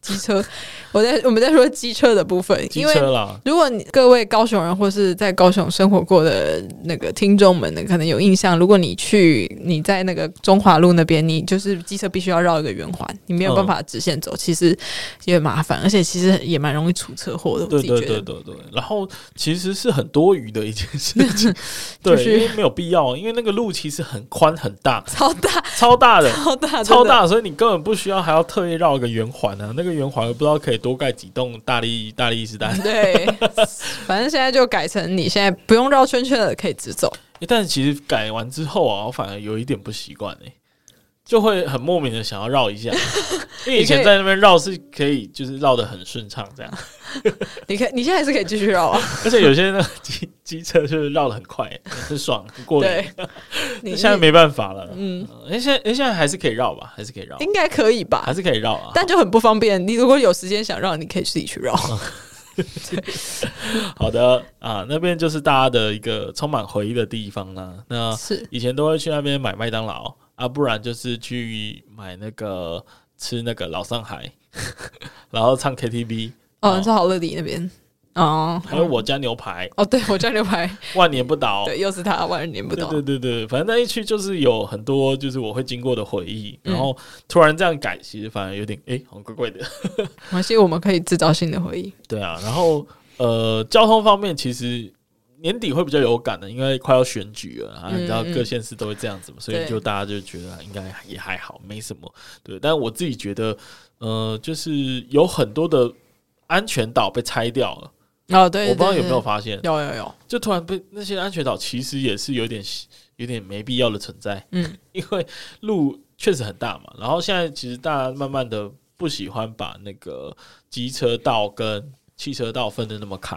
Speaker 2: 机车，我在我们在说机车的部分，
Speaker 3: 机
Speaker 2: 因为
Speaker 3: 车啦，
Speaker 2: 如果你各位高雄人或是在高雄生活过的那个听众们呢，可能有印象，如果你去你在那个中华路那边，你就是机车必须要绕一个圆环，你没有
Speaker 3: 嗯
Speaker 2: 办法直线走，其实也很麻烦，而且其实也蛮容易出车祸的。我
Speaker 3: 对
Speaker 2: 自己觉
Speaker 3: 对
Speaker 2: 得，
Speaker 3: 对对对，然后其实是很多余的一件事 情，对，
Speaker 2: 就是
Speaker 3: 因为没有必要，因为那个路其实很宽很大，
Speaker 2: 超大
Speaker 3: 超大的，
Speaker 2: 超大
Speaker 3: 超，
Speaker 2: 真的
Speaker 3: 大，所以你根本不需要还要特意绕一个圆环啊，那个圆环不知道可以多盖几栋大力大力士
Speaker 2: 嗯
Speaker 3: 丹。
Speaker 2: 对，反正现在就改成你现在不用绕圈圈了，可以直走。
Speaker 3: 欸但其实改完之后啊，我反而有一点不习惯哎，就会很莫名的想要绕一下， 因为以前在那边绕是可以，就是绕的很顺畅 这样，
Speaker 2: 你看你现在还是可以继续 绕啊，
Speaker 3: 而且有些那个机机车就是绕的很快欸，很爽，很过瘾。
Speaker 2: 对，你
Speaker 3: 现在没办法了，
Speaker 2: 嗯，
Speaker 3: 哎、现在哎、现在还是可以绕吧，还是可以绕，
Speaker 2: 应该可以吧
Speaker 3: 还？是可以绕啊。
Speaker 2: 但就很不方便。你如果有时间想绕，你可以自己 去绕。
Speaker 3: 好的啊，那边就是大家的一个充满回忆的地方啦。那
Speaker 2: 是
Speaker 3: 以前都会去那边买麦当劳啊，不然就是去买那个吃那个老上海， 然后唱 KTV，
Speaker 2: 哦，
Speaker 3: 哦
Speaker 2: 你说好乐迪那边哦，
Speaker 3: 还有我家牛排，
Speaker 2: 哦，对我家牛排，
Speaker 3: 万年不倒。
Speaker 2: 对，又是他，万人年不
Speaker 3: 对
Speaker 2: 倒。
Speaker 3: 对对对，反正那一区就是有很多就是我会经过的回忆，
Speaker 2: 嗯
Speaker 3: 然后突然这样改，其实反而有点哎、诶很怪怪的。
Speaker 2: 没关系，我们可以制造新的回忆。
Speaker 3: 对啊，然后呃，交通方面其实年底会比较有感的，因为快要选举了啊，
Speaker 2: 嗯
Speaker 3: 你知道
Speaker 2: 嗯
Speaker 3: 各县市都会这样子嘛，所以
Speaker 2: 对
Speaker 3: 就大家就觉得应该也还好，没什么。对，但我自己觉得，呃，就是有很多的安全岛被拆掉了，
Speaker 2: 哦，对，
Speaker 3: 我不知道
Speaker 2: 对
Speaker 3: 有没有
Speaker 2: 对
Speaker 3: 发现，
Speaker 2: 有有有，
Speaker 3: 就突然被那些安全岛其实也是有点有点没必要的存在，
Speaker 2: 嗯，
Speaker 3: 因为路确实很大嘛。然后现在其实大家慢慢的不喜欢把那个机车道跟汽车道分的那么开，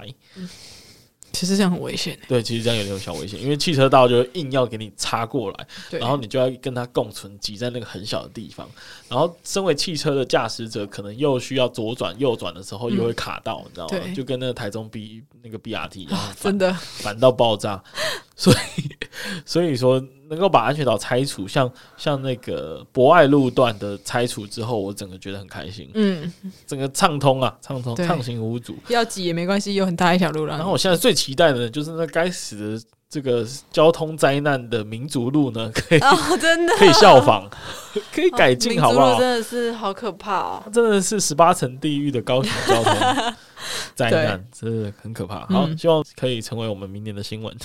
Speaker 2: 其实这样很危险。
Speaker 3: 对，其实这样有点小危险，因为汽车道就硬要给你插过来，
Speaker 2: 对，
Speaker 3: 然后你就要跟它共存，挤在那个很小的地方。然后，身为汽车的驾驶者，可能又需要左转、右转的时候，
Speaker 2: 嗯
Speaker 3: 又会卡到，你知道吗？
Speaker 2: 对
Speaker 3: 就跟那个台中 B 那个 BRT 一样
Speaker 2: 啊，，
Speaker 3: 烦
Speaker 2: 真的，
Speaker 3: 烦到爆炸。 所以， 所以说能够把安全岛拆除，像像那个博爱路段的拆除之后，我整个觉得很开心，
Speaker 2: 嗯，
Speaker 3: 整个畅通啊，畅通，
Speaker 2: 对
Speaker 3: 畅行无阻。
Speaker 2: 要挤也没关系，有很大一条路让你。
Speaker 3: 然后我现在最期待的就是那该死的这个交通灾难的民族路呢，可以、
Speaker 2: 哦，真的
Speaker 3: 可以效仿， 可以改进，
Speaker 2: 民
Speaker 3: 好不
Speaker 2: 族路
Speaker 3: 好？
Speaker 2: 真的是好可怕哦。
Speaker 3: 真的是十八层地狱的高雄交 通灾难，真的很可怕。好，
Speaker 2: 嗯
Speaker 3: 希望可以成为我们明年的新 闻。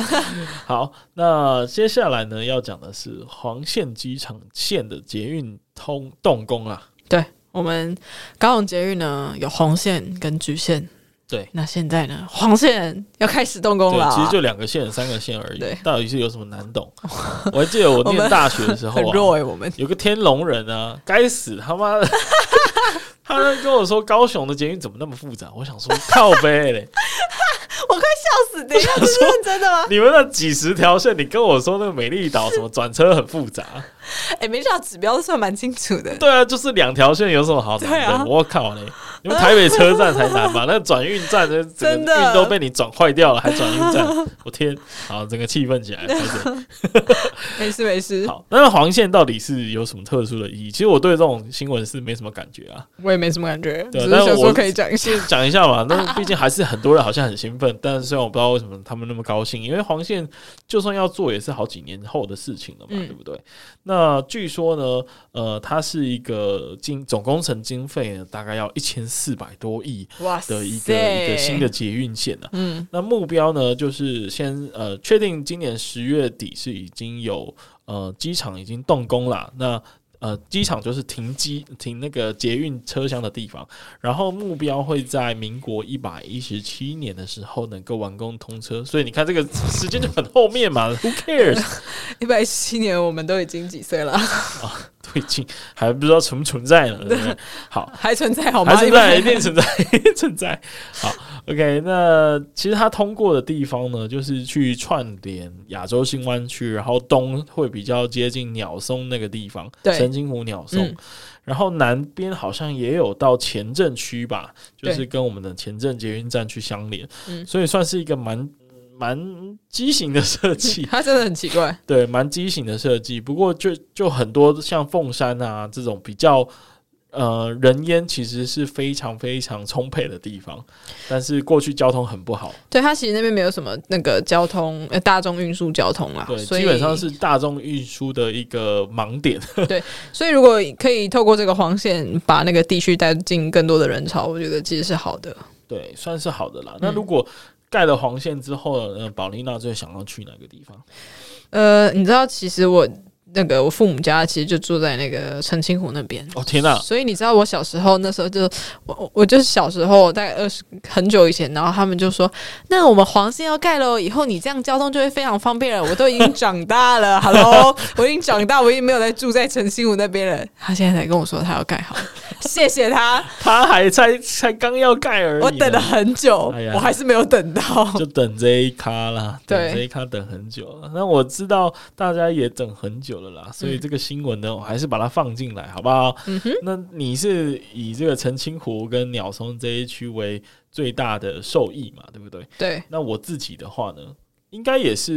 Speaker 3: 好，那接下来呢，要讲的是黄线机场线的捷运通动工啊。
Speaker 2: 我们高雄捷运呢有红线跟橘线，
Speaker 3: 对
Speaker 2: 那现在呢黄线要开始动工
Speaker 3: 对
Speaker 2: 了，，
Speaker 3: 其实就两个线、三个线而已
Speaker 2: 对，
Speaker 3: 到底是有什么难懂？我还记得我
Speaker 2: 我
Speaker 3: 念
Speaker 2: 们
Speaker 3: 大学的时候
Speaker 2: 很
Speaker 3: 啊，
Speaker 2: 弱 哎，我 们
Speaker 3: 有个天龙人啊，该死他妈的！ 他跟我说高雄的捷运怎么那么复杂？我想说靠背嘞，
Speaker 2: 我快笑哦死！等一下，这是
Speaker 3: 说
Speaker 2: 认真的吗？
Speaker 3: 你们那几十条线，你跟我说那个美丽岛什么转车很复杂？
Speaker 2: 哎、没想到指标算蛮清楚的。
Speaker 3: 对啊，就是两条线有什么好难
Speaker 2: 对
Speaker 3: 的？
Speaker 2: 啊
Speaker 3: 我靠嘞！你们台北车站才难吧？那转运站的整
Speaker 2: 真
Speaker 3: 个
Speaker 2: 的
Speaker 3: 运都被你转坏掉了，还转运 站？我天！好，整个气氛起来。
Speaker 2: 啊
Speaker 3: 开始
Speaker 2: 没事没事，
Speaker 3: 好，那黄线到底是有什么特殊的意义？其实我对这种新闻是没什么感觉啊。
Speaker 2: 我也没什么感觉，只
Speaker 3: 对啊
Speaker 2: 是
Speaker 3: 但是
Speaker 2: 想
Speaker 3: 我
Speaker 2: 说可以讲 一下。
Speaker 3: 先讲一下嘛，那毕竟还是很多人好像很兴奋，但是虽然我不知道为什么他们那么高兴，因为黄线就算要做也是好几年后的事情了嘛，
Speaker 2: 嗯
Speaker 3: 对不对？那据说呢，呃，它是一个经总工程经费呢大概要一千四百多亿
Speaker 2: 哇塞
Speaker 3: 的一个一个新的，捷运线啊呢、
Speaker 2: 嗯
Speaker 3: 那目标呢，就是先呃确定今年十月底是已经有呃机场已经动工啦。那呃机场就是停机停那个捷运车厢的地方，然后目标会在民国一百一十七年的时候能够完工通车。所以你看这个时间就很后面嘛，Who cares？
Speaker 2: 一百一十七年我们都已经几岁了，
Speaker 3: 最近还不知道存不存在呢，对不对？好，
Speaker 2: 还存在好吗？
Speaker 3: 还存在，一
Speaker 2: 你们
Speaker 3: 定存在，一定存在。好，OK，那其实它通过的地方呢，就是去串联亚洲新湾区，然后东会比较接近鸟松那个地方，
Speaker 2: 对
Speaker 3: 神经湖鸟松，
Speaker 2: 嗯
Speaker 3: 然后南边好像也有到前镇区吧，就是
Speaker 2: 对
Speaker 3: 跟我们的前镇捷运站去相连，
Speaker 2: 嗯
Speaker 3: 所以算是一个蛮蛮畸形的设计。
Speaker 2: 他真的很奇怪，
Speaker 3: 对，蛮畸形的设计。不过就就很多像凤山啊这种比较呃，人烟其实是非常非常充沛的地方，但是过去交通很不好，
Speaker 2: 对，它其实那边没有什么那个交通，呃，大众运输交通啦，
Speaker 3: 对，
Speaker 2: 所以
Speaker 3: 基本上是大众运输的一个盲点。
Speaker 2: 所以如果可以透过这个黄线把那个地区带进更多的人潮，我觉得其实是好的。
Speaker 3: 对，算是好的啦。那如果盖了黄线之后，呃，宝丽娜最想要去哪个地方？
Speaker 2: 呃，你知道，其实我那个我父母家其实就住在那个澄清湖那边。
Speaker 3: 哦天哪、
Speaker 2: 所以你知道我小时候那时候就我我我就是小时候大概二十很久以前，然后他们就说，那我们黄线要盖喽，以后你这样交通就会非常方便了。我都已经长大 了，Hello，我已经长大，我已经没有在住在澄清湖那边了。他现在才跟我说他要盖好，谢谢 他，
Speaker 3: 他还才才刚要盖而已呢，
Speaker 2: 我等了很久
Speaker 3: 啊哎呀，
Speaker 2: 我还是没有等到。
Speaker 3: 就等这一咖啦，等
Speaker 2: 对
Speaker 3: 这一咖等很久了。那我知道大家也等很久了啦，所以这个新闻呢，我还是把它放进来，好不好？
Speaker 2: 嗯哼，
Speaker 3: 那你是以这个澄清湖跟鸟松这一区为最大的受益嘛，对不对？
Speaker 2: 对，
Speaker 3: 那我自己的话呢，应该也是，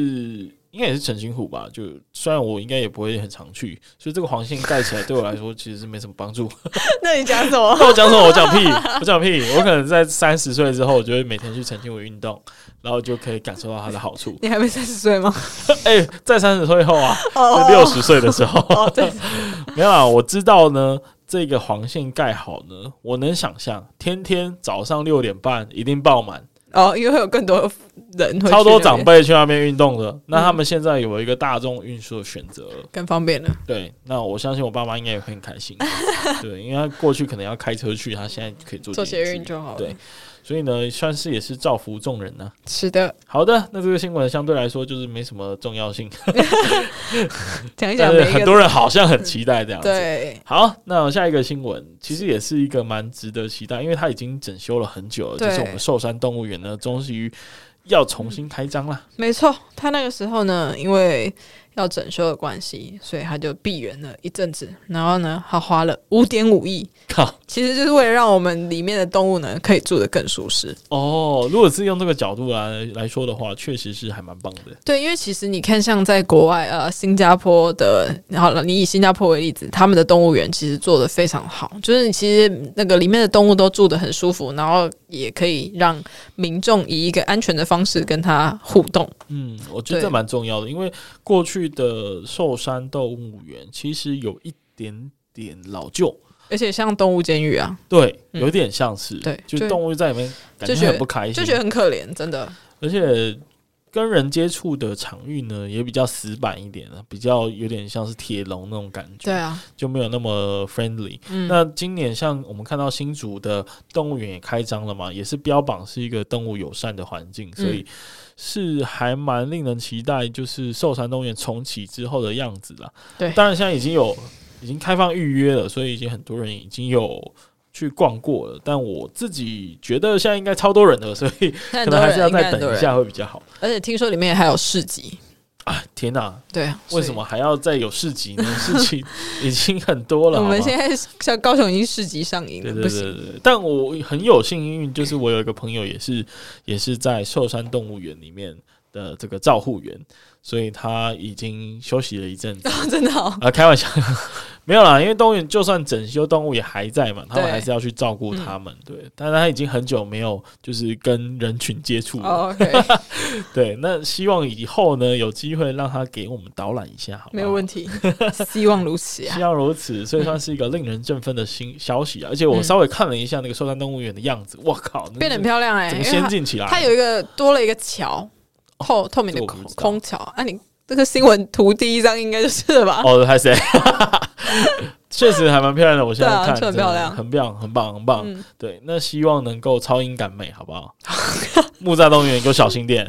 Speaker 3: 应该也是澄清湖吧。就虽然我应该也不会很常去，所以这个黄线盖起来对我来说其实是没什么帮助。
Speaker 2: 那你讲 什么？
Speaker 3: 那我讲什么？我讲屁，我讲屁。我可能在三十岁之后，我就会每天去澄清湖运动，然后就可以感受到它的好 处。
Speaker 2: 你还没三十 岁吗？
Speaker 3: 哎、在三十岁后啊，
Speaker 2: 哦
Speaker 3: 六十岁的时候，
Speaker 2: 哦，对，
Speaker 3: 没有啦，我知道呢，这个黄线盖好呢，我能想象，天天早上六点半一定爆满，
Speaker 2: 哦，因为会有更多人会去
Speaker 3: 超多
Speaker 2: 那边嗯
Speaker 3: 长辈去那边运动的。那他们现在有一个大众运输的选择了，
Speaker 2: 更方便了。
Speaker 3: 对，那我相信我爸妈应该也会很开心， 对，因为他过去可能要开车去，他现在可以坐
Speaker 2: 做
Speaker 3: 捷运
Speaker 2: 捷运
Speaker 3: 去
Speaker 2: 就好了。
Speaker 3: 对，所以呢，算是也是造福众人呐、
Speaker 2: 是的，
Speaker 3: 好的，那这个新闻相对来说就是没什么重要性，
Speaker 2: 讲
Speaker 3: 但
Speaker 2: 一 讲
Speaker 3: 是
Speaker 2: 每一
Speaker 3: 很
Speaker 2: 个
Speaker 3: 多人好像很期待这样子。
Speaker 2: 对，
Speaker 3: 好，那下一个新闻其实也是一个蛮值得期待，因为它已经整修了很久了，就
Speaker 2: 对
Speaker 3: 是我们寿山动物园呢，终于要重新开张 啦。
Speaker 2: 没错。他那个时候呢，因为要整修的关系，所以他就闭园了一阵子。然后呢，他花了五点五亿，
Speaker 3: 靠
Speaker 2: 其实就是为了让我们里面的动物呢可以住得更舒适。
Speaker 3: 哦，如果是用这个角度来来说的话，确实是还蛮棒的。
Speaker 2: 对，因为其实你看，像在国外，呃，新加坡的，好了，你以新加坡为例子，他们的动物园其实做得非常好，就是其实那个里面的动物都住得很舒服，然后也可以让民众以一个安全的方式跟它互动。
Speaker 3: 嗯，我觉得
Speaker 2: 对
Speaker 3: 这蛮重要的，因为过去的寿山动物园其实有一点点老旧，
Speaker 2: 而且像动物监狱啊，
Speaker 3: 对，
Speaker 2: 嗯
Speaker 3: 有点像是，
Speaker 2: 对
Speaker 3: 就
Speaker 2: 就
Speaker 3: 动物在里面感
Speaker 2: 就
Speaker 3: 觉
Speaker 2: 觉
Speaker 3: 很
Speaker 2: 得
Speaker 3: 不开心，
Speaker 2: 就觉得很可怜，真的。
Speaker 3: 而且跟人接触的场域呢，也比较死板一点了，啊比较有点像是铁笼那种感觉，
Speaker 2: 对啊，
Speaker 3: 就没有那么 friendly。
Speaker 2: 嗯，
Speaker 3: 那今年像我们看到新竹的动物园也开张了嘛，也是标榜是一个动物友善的环境，所
Speaker 2: 嗯
Speaker 3: 以是还蛮令人期待，就是寿山动物园重启之后的样子啦。
Speaker 2: 对
Speaker 3: 当然现在已经有已经开放预约了，所以已经很多人已经有。去逛过了，但我自己觉得现在应该超多人的，所以
Speaker 2: 那
Speaker 3: 可能
Speaker 2: 很多
Speaker 3: 还是要
Speaker 2: 人，应该
Speaker 3: 再
Speaker 2: 很
Speaker 3: 等
Speaker 2: 多
Speaker 3: 一
Speaker 2: 人，
Speaker 3: 下会比较好。
Speaker 2: 而且听说里面还有市集，
Speaker 3: 天哪、
Speaker 2: 对啊，
Speaker 3: 为什么还要再有市集呢？市集已经很多
Speaker 2: 所
Speaker 3: 了，
Speaker 2: 以？我
Speaker 3: 好
Speaker 2: 们
Speaker 3: 吗
Speaker 2: 现在像高雄已经市集上瘾
Speaker 3: 对
Speaker 2: 了，
Speaker 3: 对
Speaker 2: 不
Speaker 3: 对
Speaker 2: 行，
Speaker 3: 对，对但我很有幸运，就是我有一个朋友也是也是在寿山动物园里面的这个照护员，所以他已经休息了一阵 子。
Speaker 2: 真的哦，
Speaker 3: 啊，开玩笑， 没有啦，因为动物园就算整修，动物也还在嘛，他们
Speaker 2: 对
Speaker 3: 还是要去照顾他们，对。但他已经很久没有就是跟人群接触了，
Speaker 2: 哦 OK，
Speaker 3: 对。那希望以后呢，有机会让他给我们导览一下，好不
Speaker 2: 没
Speaker 3: 好
Speaker 2: 有问题，希望如此 啊
Speaker 3: 希。望如此，所以算是一个令人振奋的新消息啊！而且我稍微看了一下那个寿山动物园的样子，我靠，那
Speaker 2: 嗯变得很
Speaker 3: 是
Speaker 2: 漂亮哎、
Speaker 3: 怎
Speaker 2: 因
Speaker 3: 么
Speaker 2: 为
Speaker 3: 先进起来？哦
Speaker 2: 它它有一个多了一个桥，透透明的
Speaker 3: 这我
Speaker 2: 空
Speaker 3: 不知道
Speaker 2: 空桥。啊，你这个新闻图第一张应该就是了吧？
Speaker 3: 哦，还谁？ 确实还蛮漂亮的，我现在
Speaker 2: 对啊
Speaker 3: 看，
Speaker 2: 就很
Speaker 3: 真的
Speaker 2: 漂亮
Speaker 3: 很漂亮，很棒，很棒。
Speaker 2: 嗯
Speaker 3: 对，那希望能够超英赶美，好不好？ 木栅动物园有小心点，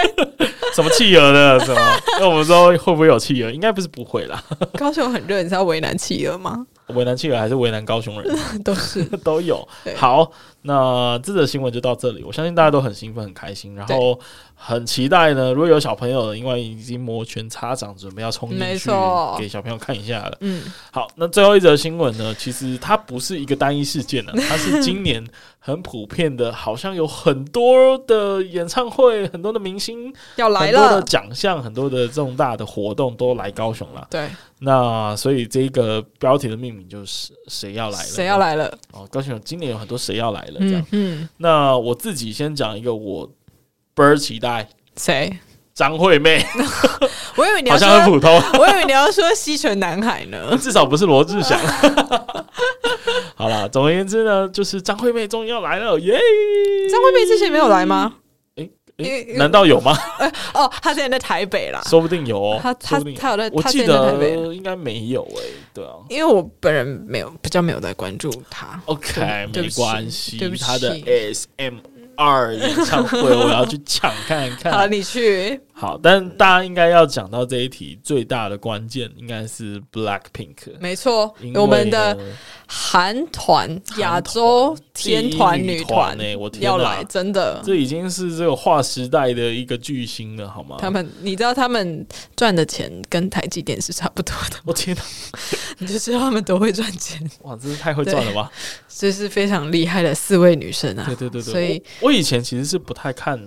Speaker 3: 什么企鹅的，什么？那我们说会不会有企鹅？应该不是不会啦，
Speaker 2: 高雄很热，你是要为难企鹅吗？
Speaker 3: 为难企鹅还是为难高雄人？
Speaker 2: 都是
Speaker 3: 都有
Speaker 2: 对。
Speaker 3: 好，那这则新闻就到这里，我相信大家都很兴奋、很开心，然后很期待呢。如果有小朋友的，因为已经摩拳擦掌，准备要冲进
Speaker 2: 没
Speaker 3: 去
Speaker 2: 错
Speaker 3: 给小朋友看一下了。
Speaker 2: 嗯，
Speaker 3: 好，那最后一则新闻呢，其实它不是一个单一事件 呢、它是今年很普遍的，好像有很多的演唱会、很多的明星、
Speaker 2: 要来
Speaker 3: 很多的
Speaker 2: 了。
Speaker 3: 奖项、很多的重大的活动都来高雄了。
Speaker 2: 对，
Speaker 3: 那所以这个标题的命名就是谁要来了，
Speaker 2: 谁要来了？
Speaker 3: 哦，高雄有今年有很多谁要来了这样。
Speaker 2: 嗯嗯，
Speaker 3: 那我自己先讲一个我倍儿期待
Speaker 2: 谁？
Speaker 3: 张惠妹，
Speaker 2: 我以为你
Speaker 3: 好
Speaker 2: 要
Speaker 3: 像很
Speaker 2: 说，
Speaker 3: 普通，
Speaker 2: 我以为你要说西城男孩呢。
Speaker 3: 至少不是罗志祥。 好啦，总而言之呢，就是张惠妹终于要来了，耶！
Speaker 2: 张惠妹之前没有来吗？
Speaker 3: 诶
Speaker 2: 因为
Speaker 3: 难道有吗？
Speaker 2: 嗯哦，她现在在台北啦。
Speaker 3: 说不定有哦，
Speaker 2: 她
Speaker 3: 说
Speaker 2: 她
Speaker 3: 不定有
Speaker 2: 她有在，
Speaker 3: 我
Speaker 2: 她
Speaker 3: 记
Speaker 2: 现在在台北。
Speaker 3: 得应该没有诶、对啊。
Speaker 2: 因为我本人没有比较没有在关注她。
Speaker 3: OK，
Speaker 2: 对
Speaker 3: 没
Speaker 2: 不起
Speaker 3: 关系
Speaker 2: 对不，起
Speaker 3: 他的 ASMR 演唱 会我要去抢看
Speaker 2: 好，
Speaker 3: 看。
Speaker 2: 你去
Speaker 3: 好，但大家应该要讲到这一题最大的关键应该是 Black Pink，
Speaker 2: 没错
Speaker 3: 因，为
Speaker 2: 我们的
Speaker 3: 呢
Speaker 2: 韩团
Speaker 3: 团
Speaker 2: 亚洲天团
Speaker 3: 第一女
Speaker 2: 女团
Speaker 3: 团欸我天哪
Speaker 2: 要来，真的。
Speaker 3: 这已经是这个划时代的一个巨星了，好吗？
Speaker 2: 他们，你知道他们赚的钱跟台积电是差不多的，
Speaker 3: 我天哪，
Speaker 2: 你就知道他们都会赚钱，
Speaker 3: 哇，真是太会赚了吧！
Speaker 2: 这是非常厉害的四位女生啊。
Speaker 3: 对对对对，
Speaker 2: 所以
Speaker 3: 我我以前其实是不太看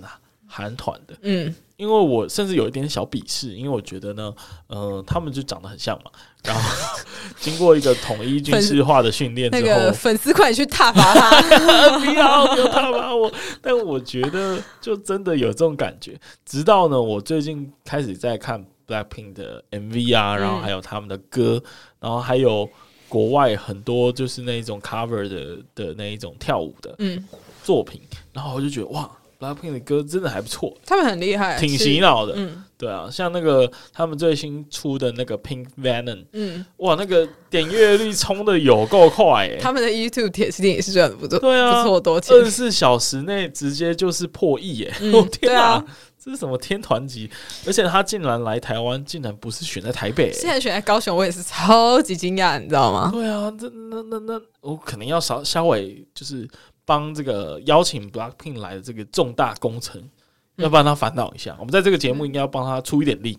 Speaker 3: 韩团的，
Speaker 2: 嗯，
Speaker 3: 因为我甚至有一点小鄙视，因为我觉得呢，呃，他们就长得很像嘛，然后经过一个统一军事化的训练之
Speaker 2: 那
Speaker 3: 后，
Speaker 2: 个粉丝快点去挞伐他，
Speaker 3: 不要不要他把我， 但我觉得就真的有这种感觉。直到呢，我最近开始在看 Blackpink 的 MV 啊，
Speaker 2: 嗯
Speaker 3: 然后还有他们的歌，然后还有国外很多就是那一种 cover 的的那一种跳舞的
Speaker 2: 嗯，
Speaker 3: 作品，然后我就觉得哇，Blackpink 的歌真的还不错，
Speaker 2: 他们很厉害，
Speaker 3: 挺
Speaker 2: 哎是
Speaker 3: 洗，脑的。
Speaker 2: 嗯
Speaker 3: 对啊，像那个他们最新出的那个 Pink Venom，
Speaker 2: 嗯，
Speaker 3: 哇，那个点阅率冲的有够快诶、
Speaker 2: 他们的 YouTube 铁丝店也是赚的不 错，
Speaker 3: 对啊
Speaker 2: 不错多钱
Speaker 3: 二，十四小时内直接就是破亿耶！
Speaker 2: 嗯
Speaker 3: 我、天
Speaker 2: 对啊
Speaker 3: 这是什么天团级？而且他竟然来台湾，竟然不是选在台北耶。
Speaker 2: 现在选在高雄，我也是超级惊讶，你知道吗？
Speaker 3: 对啊，这那那那，我可能要稍稍微就是帮这个邀请 Blackpink 来的这个重大工程，
Speaker 2: 嗯
Speaker 3: 要帮他烦恼一下。我们在这个节目应该要帮他出一 点力，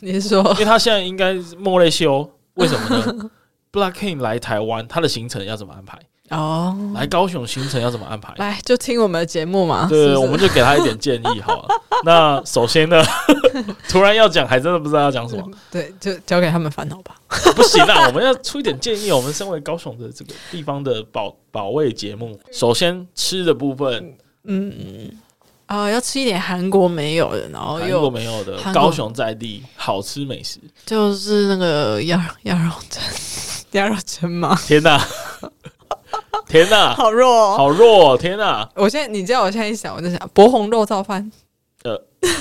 Speaker 2: 你是说
Speaker 3: 因为他现在应该是莫内修，为什么 呢？Blackpink 来台湾，他的行程要怎么安排？
Speaker 2: 哦？
Speaker 3: 来高雄行程要怎么安排？
Speaker 2: 来，就听我们的节目嘛。
Speaker 3: 对，
Speaker 2: 哦是不是
Speaker 3: 我们就给他一点建议好了。 那首先呢， 突然要讲，还真的不知道要讲什么，
Speaker 2: 对，就交给他们烦恼吧。
Speaker 3: 不行啊 啦，我们要出一点建议。我们身为高雄的这个地方的保保卫节目，首先吃的部分，
Speaker 2: 嗯，啊、要吃一点韩国没有的，然后
Speaker 3: 韩国
Speaker 2: 又
Speaker 3: 没有的，
Speaker 2: 哦韩国
Speaker 3: 高雄在地好吃美食。
Speaker 2: 就是那个鸭肉鸭肉蒸，鸭肉蒸吗？
Speaker 3: 天哪，天哪，
Speaker 2: 好弱、哦！
Speaker 3: 好弱、哦！天哪，
Speaker 2: 我现在你知道我现在一想，我在想博红肉造饭。
Speaker 3: 呃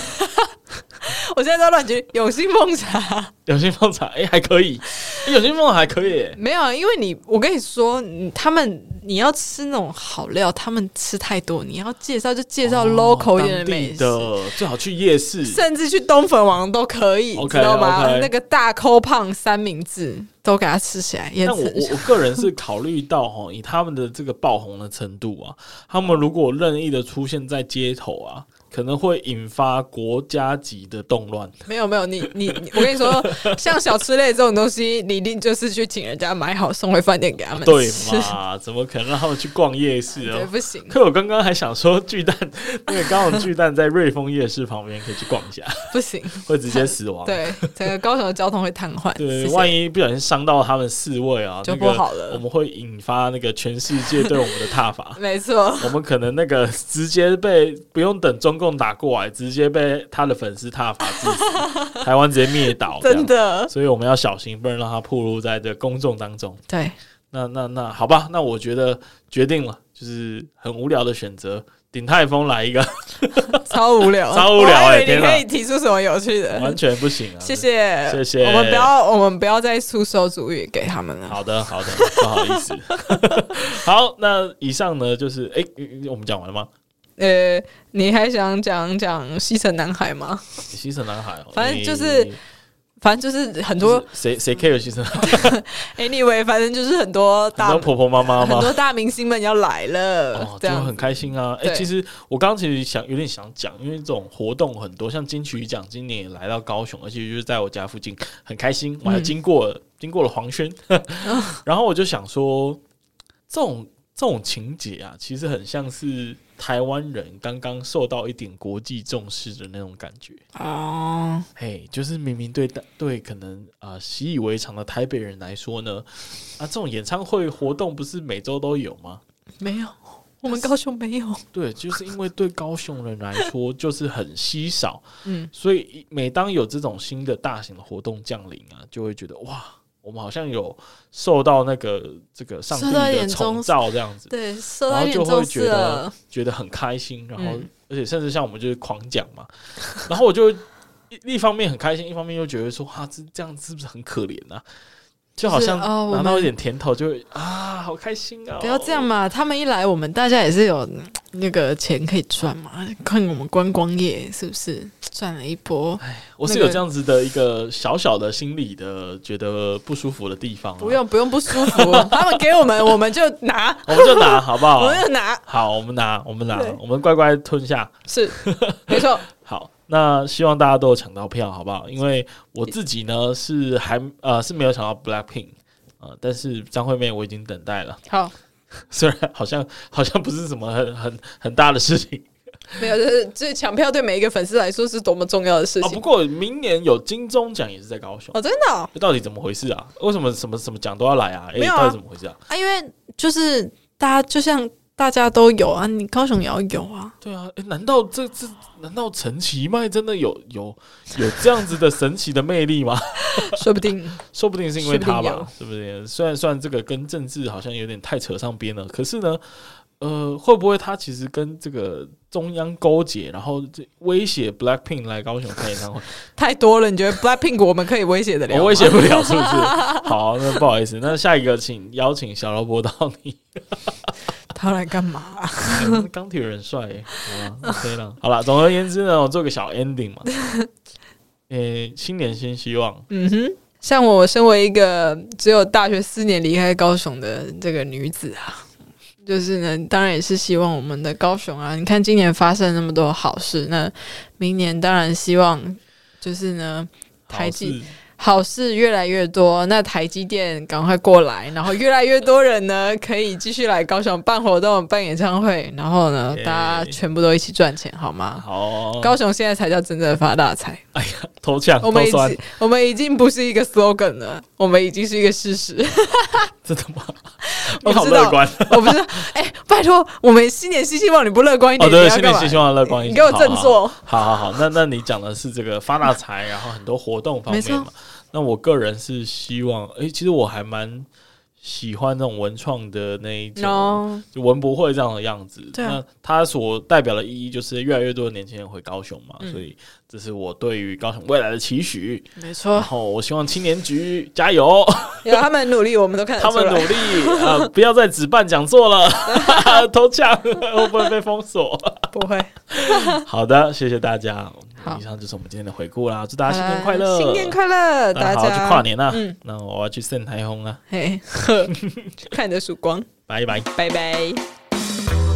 Speaker 2: 我现在在乱举永兴凤茶，
Speaker 3: 有心凤茶，哎、还可以，哎有心凤茶还可以耶、
Speaker 2: 没有啊，因为你我跟你说，你他们你要吃那种好料，他们吃太多，你要介绍就介绍 local 一
Speaker 3: 哦
Speaker 2: 点
Speaker 3: 当
Speaker 2: 的
Speaker 3: 地
Speaker 2: 美食，
Speaker 3: 的，最好去夜市。
Speaker 2: 甚至去东粉王都可以
Speaker 3: OK，
Speaker 2: 知道吗
Speaker 3: OK
Speaker 2: 那个大抠胖三明治都给他吃起来，也
Speaker 3: 但我
Speaker 2: 很
Speaker 3: 我我个人是考虑到哈，以他们的这个爆红的程度啊，他们如果任意的出现在街头啊，可能会引发国家级的动乱。
Speaker 2: 没有没有，你你你我跟你 说，像小吃类这种东西，你一定就是去请人家买好送回饭店给他 们
Speaker 3: 对
Speaker 2: 吃，
Speaker 3: 嘛？怎么可能让他们去逛夜市
Speaker 2: 对
Speaker 3: 哦？
Speaker 2: 不行，
Speaker 3: 可我刚刚还想说，巨蛋那个高雄巨蛋在瑞丰夜市旁边可以去逛一下，
Speaker 2: 不行，
Speaker 3: 会直接死亡。
Speaker 2: 对，整个高雄的交通会瘫痪，
Speaker 3: 对
Speaker 2: 谢谢
Speaker 3: 万一不小心伤到他们四位啊，
Speaker 2: 就
Speaker 3: 那个
Speaker 2: 不好了
Speaker 3: 我们会引发那个全世界对我们的挞伐。
Speaker 2: 没错，
Speaker 3: 我们可能那个直接被不用等中共打过来，直接被他的粉丝踏伐致死，台湾直接灭岛，
Speaker 2: 真。的，
Speaker 3: 所以我们要小心，不能让它暴露在这个公众当中。
Speaker 2: 对，
Speaker 3: 那那那好吧，那我觉得决定了，就是很无聊的选择，鼎泰丰来一个，
Speaker 2: 超无聊，
Speaker 3: 超无聊
Speaker 2: 我
Speaker 3: 哎
Speaker 2: 还以为
Speaker 3: 天
Speaker 2: 你
Speaker 3: 哪
Speaker 2: 可以提出什么有趣
Speaker 3: 完
Speaker 2: 的？
Speaker 3: 全不行啊！
Speaker 2: 谢。谢，
Speaker 3: 谢谢
Speaker 2: 我们不要，我们不要再出馊主语给他们了。
Speaker 3: 好的，好的，不好意思。 好，那以上呢就是，哎、我们讲完了吗？
Speaker 2: 呃，你还想讲讲西城男孩吗？
Speaker 3: 西城男孩哦，
Speaker 2: 反正就
Speaker 3: 诶
Speaker 2: 是反正就是很
Speaker 3: 就
Speaker 2: 多
Speaker 3: 是谁谁 care 西城男孩？
Speaker 2: ，anyway，反正就是很多
Speaker 3: 很
Speaker 2: 大
Speaker 3: 多婆婆妈妈
Speaker 2: 很
Speaker 3: 吗？
Speaker 2: 多大明星们要来
Speaker 3: 哦，
Speaker 2: 了，呃这
Speaker 3: 就
Speaker 2: 样
Speaker 3: 很开心啊！哎、
Speaker 2: 对
Speaker 3: 其实我刚刚其实想有点想讲，因为这种活动很多，像金曲奖今年也来到高雄，而且就是在我家附近，很开心。
Speaker 2: 嗯哦
Speaker 3: 我还经过了、经过了黄轩，然后我就想说，这种这种情节啊，其实很像是台湾人刚刚受到一点国际重视的那种感觉。
Speaker 2: 哦，
Speaker 3: 嘿，就是明明对大对可能啊、呃习以为常的台北人来说呢，啊这种演唱会活动不是每周都有吗？
Speaker 2: 没有，我们高雄没有。
Speaker 3: 对，就是因为对高雄人来说就是很稀少，
Speaker 2: 嗯，
Speaker 3: 所以每当有这种新的大型的活动降临啊，就会觉得哇，我们好像有受到那个这个上帝
Speaker 2: 受到一
Speaker 3: 的
Speaker 2: 点
Speaker 3: 宠
Speaker 2: 重
Speaker 3: 照这样子，
Speaker 2: 对，受
Speaker 3: 然
Speaker 2: 到
Speaker 3: 后
Speaker 2: 一点
Speaker 3: 就会
Speaker 2: 重
Speaker 3: 觉
Speaker 2: 视
Speaker 3: 得
Speaker 2: 了。
Speaker 3: 觉得很开心，然后、
Speaker 2: 嗯
Speaker 3: 而且甚至像我们就是狂讲嘛，然后我就一一方面很开心，一方面又觉得说啊，这这样是不是很可怜啊？就好
Speaker 2: 就是
Speaker 3: 像
Speaker 2: 哦我
Speaker 3: 拿到一
Speaker 2: 们
Speaker 3: 点甜头就会啊，好开心啊！
Speaker 2: 不要这样嘛！他们一来，我们大家也是有嗯那个钱可以赚嘛。看我们观光业是不是赚了一波？
Speaker 3: 我是
Speaker 2: 那
Speaker 3: 有
Speaker 2: 个
Speaker 3: 这样子的一个小小的心理的觉得不舒服的地方、啊，
Speaker 2: 不，用不用不舒服， 他们给我们我们就拿，
Speaker 3: 哦我们就拿好不好
Speaker 2: 我？们就拿，
Speaker 3: 好，我们拿，我们拿
Speaker 2: 对，
Speaker 3: 我们乖乖吞下。
Speaker 2: 是没错。
Speaker 3: 好，那希望大家都有抢到票，好不好？因为我自己呢是还呃是没有抢到 Blackpink 呃，但是张惠妹我已经等待了，
Speaker 2: 好，
Speaker 3: 虽然好像好像不是什么很很很大的事情
Speaker 2: 没有，就是这抢票对每一个粉丝来说是多么重要的事
Speaker 3: 啊、
Speaker 2: 情
Speaker 3: 不。过明年有金钟奖也是在高雄，
Speaker 2: 哦，真的哦、
Speaker 3: 到底怎么回事啊？为什么什么什么奖都要来啊？哎、
Speaker 2: 没有啊
Speaker 3: 到底怎么回事啊？
Speaker 2: 啊，因为就是大家就像大家都有啊，你高雄也要有啊，
Speaker 3: 对啊，诶难道这这难道陈其迈真的有有有这样子的神奇的魅力吗？
Speaker 2: 说不定
Speaker 3: 说不定是因为他
Speaker 2: 说
Speaker 3: 吧
Speaker 2: 不，
Speaker 3: 对不对？虽然虽然这个跟政治好像有点太扯上边了，可是呢，呃，会不会他其实跟这个中央勾结，然后这威胁 Blackpink 来高雄开演唱会？
Speaker 2: 太多了。你觉得 Blackpink 我们可以威胁 得了吗？
Speaker 3: 我威胁不了，是不是？好，那不好意思，那下一个请邀请小萝卜到你。
Speaker 2: 他来干嘛啊、
Speaker 3: 钢铁人帅耶，好吧，OK 了。 好了，总而言之呢，我做个小 ending 嘛。 诶、新年新希望，
Speaker 2: 嗯哼，像我身为一个只有大学四年离开高雄的这个女子啊，就是呢，当然也是希望我们的高雄啊，你看今年发生那么多好事，那明年当然希望就是呢。台积
Speaker 3: 好事
Speaker 2: 好事越来越多，那台积电赶快过来，然后越来越多人呢可以继续来高雄办活动、办演唱会，然后呢
Speaker 3: Yeah
Speaker 2: 大家全部都一起赚钱，好吗？
Speaker 3: 好，
Speaker 2: 高雄现在才叫真正的发大财，
Speaker 3: 头抢
Speaker 2: 我
Speaker 3: 头
Speaker 2: 们已
Speaker 3: 酸
Speaker 2: 经，我们已经不是一个 slogan 了，我们已经是一个事实。
Speaker 3: 真的吗？
Speaker 2: 我
Speaker 3: 你好
Speaker 2: 不知道
Speaker 3: 乐观
Speaker 2: 我不是，哎、拜托，我们新年新希望，你不乐观一
Speaker 3: 哦，
Speaker 2: 点，
Speaker 3: 对，
Speaker 2: 你要
Speaker 3: 新
Speaker 2: 干
Speaker 3: 年
Speaker 2: 嘛
Speaker 3: 新？希望乐观一点，
Speaker 2: 你给我
Speaker 3: 好
Speaker 2: 振。作，
Speaker 3: 好好好好，那那你讲的是这个发大财，然后很多活动方面
Speaker 2: 没
Speaker 3: 嘛。那我个人是希望，诶，其实我还蛮喜欢那种文创的那一种
Speaker 2: 然后
Speaker 3: 就文博会这样的样子。
Speaker 2: 对啊
Speaker 3: 那它所代表的意义就是越来越多的年轻人回高雄嘛，
Speaker 2: 嗯
Speaker 3: 所以这是我对于高雄未来的期许。
Speaker 2: 没
Speaker 3: 然
Speaker 2: 错，
Speaker 3: 后我希望青年局加油，
Speaker 2: 有他们努力，我们都看得
Speaker 3: 他
Speaker 2: 出
Speaker 3: 们努
Speaker 2: 来。
Speaker 3: 力啊、呃不要再只办讲座 了，偷抢会不会被封锁？
Speaker 2: 不会，
Speaker 3: 啊好的，谢谢大家。
Speaker 2: 好
Speaker 3: 以上就是我们今天的回顾啦，祝大家新年快
Speaker 2: 好
Speaker 3: 乐，
Speaker 2: 啦呃新年快乐，
Speaker 3: 大家
Speaker 2: 大
Speaker 3: 好好
Speaker 2: 家
Speaker 3: 去跨年啦。啊
Speaker 2: 嗯
Speaker 3: 那我要去圣台红啦，
Speaker 2: 嘿， 呵看着曙光，
Speaker 3: 拜拜。
Speaker 2: 拜拜。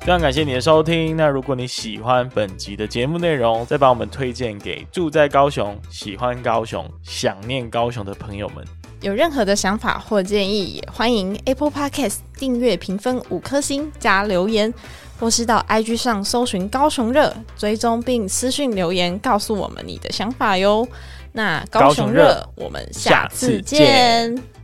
Speaker 3: 非常感谢你的收听。那如果你喜欢本集的节目内容，再把我们推荐给住在高雄、喜欢高雄、想念高雄的朋友们。
Speaker 4: 有任何的想法或建议，也欢迎 Apple Podcast 订阅、评分五颗星加留言，或是到 IG 上搜寻高雄热，追踪并私讯留言告诉我们你的想法哟。那高
Speaker 3: 高雄
Speaker 4: 雄
Speaker 3: 热
Speaker 4: 热，我们下
Speaker 3: 下次
Speaker 4: 次
Speaker 3: 见
Speaker 4: 见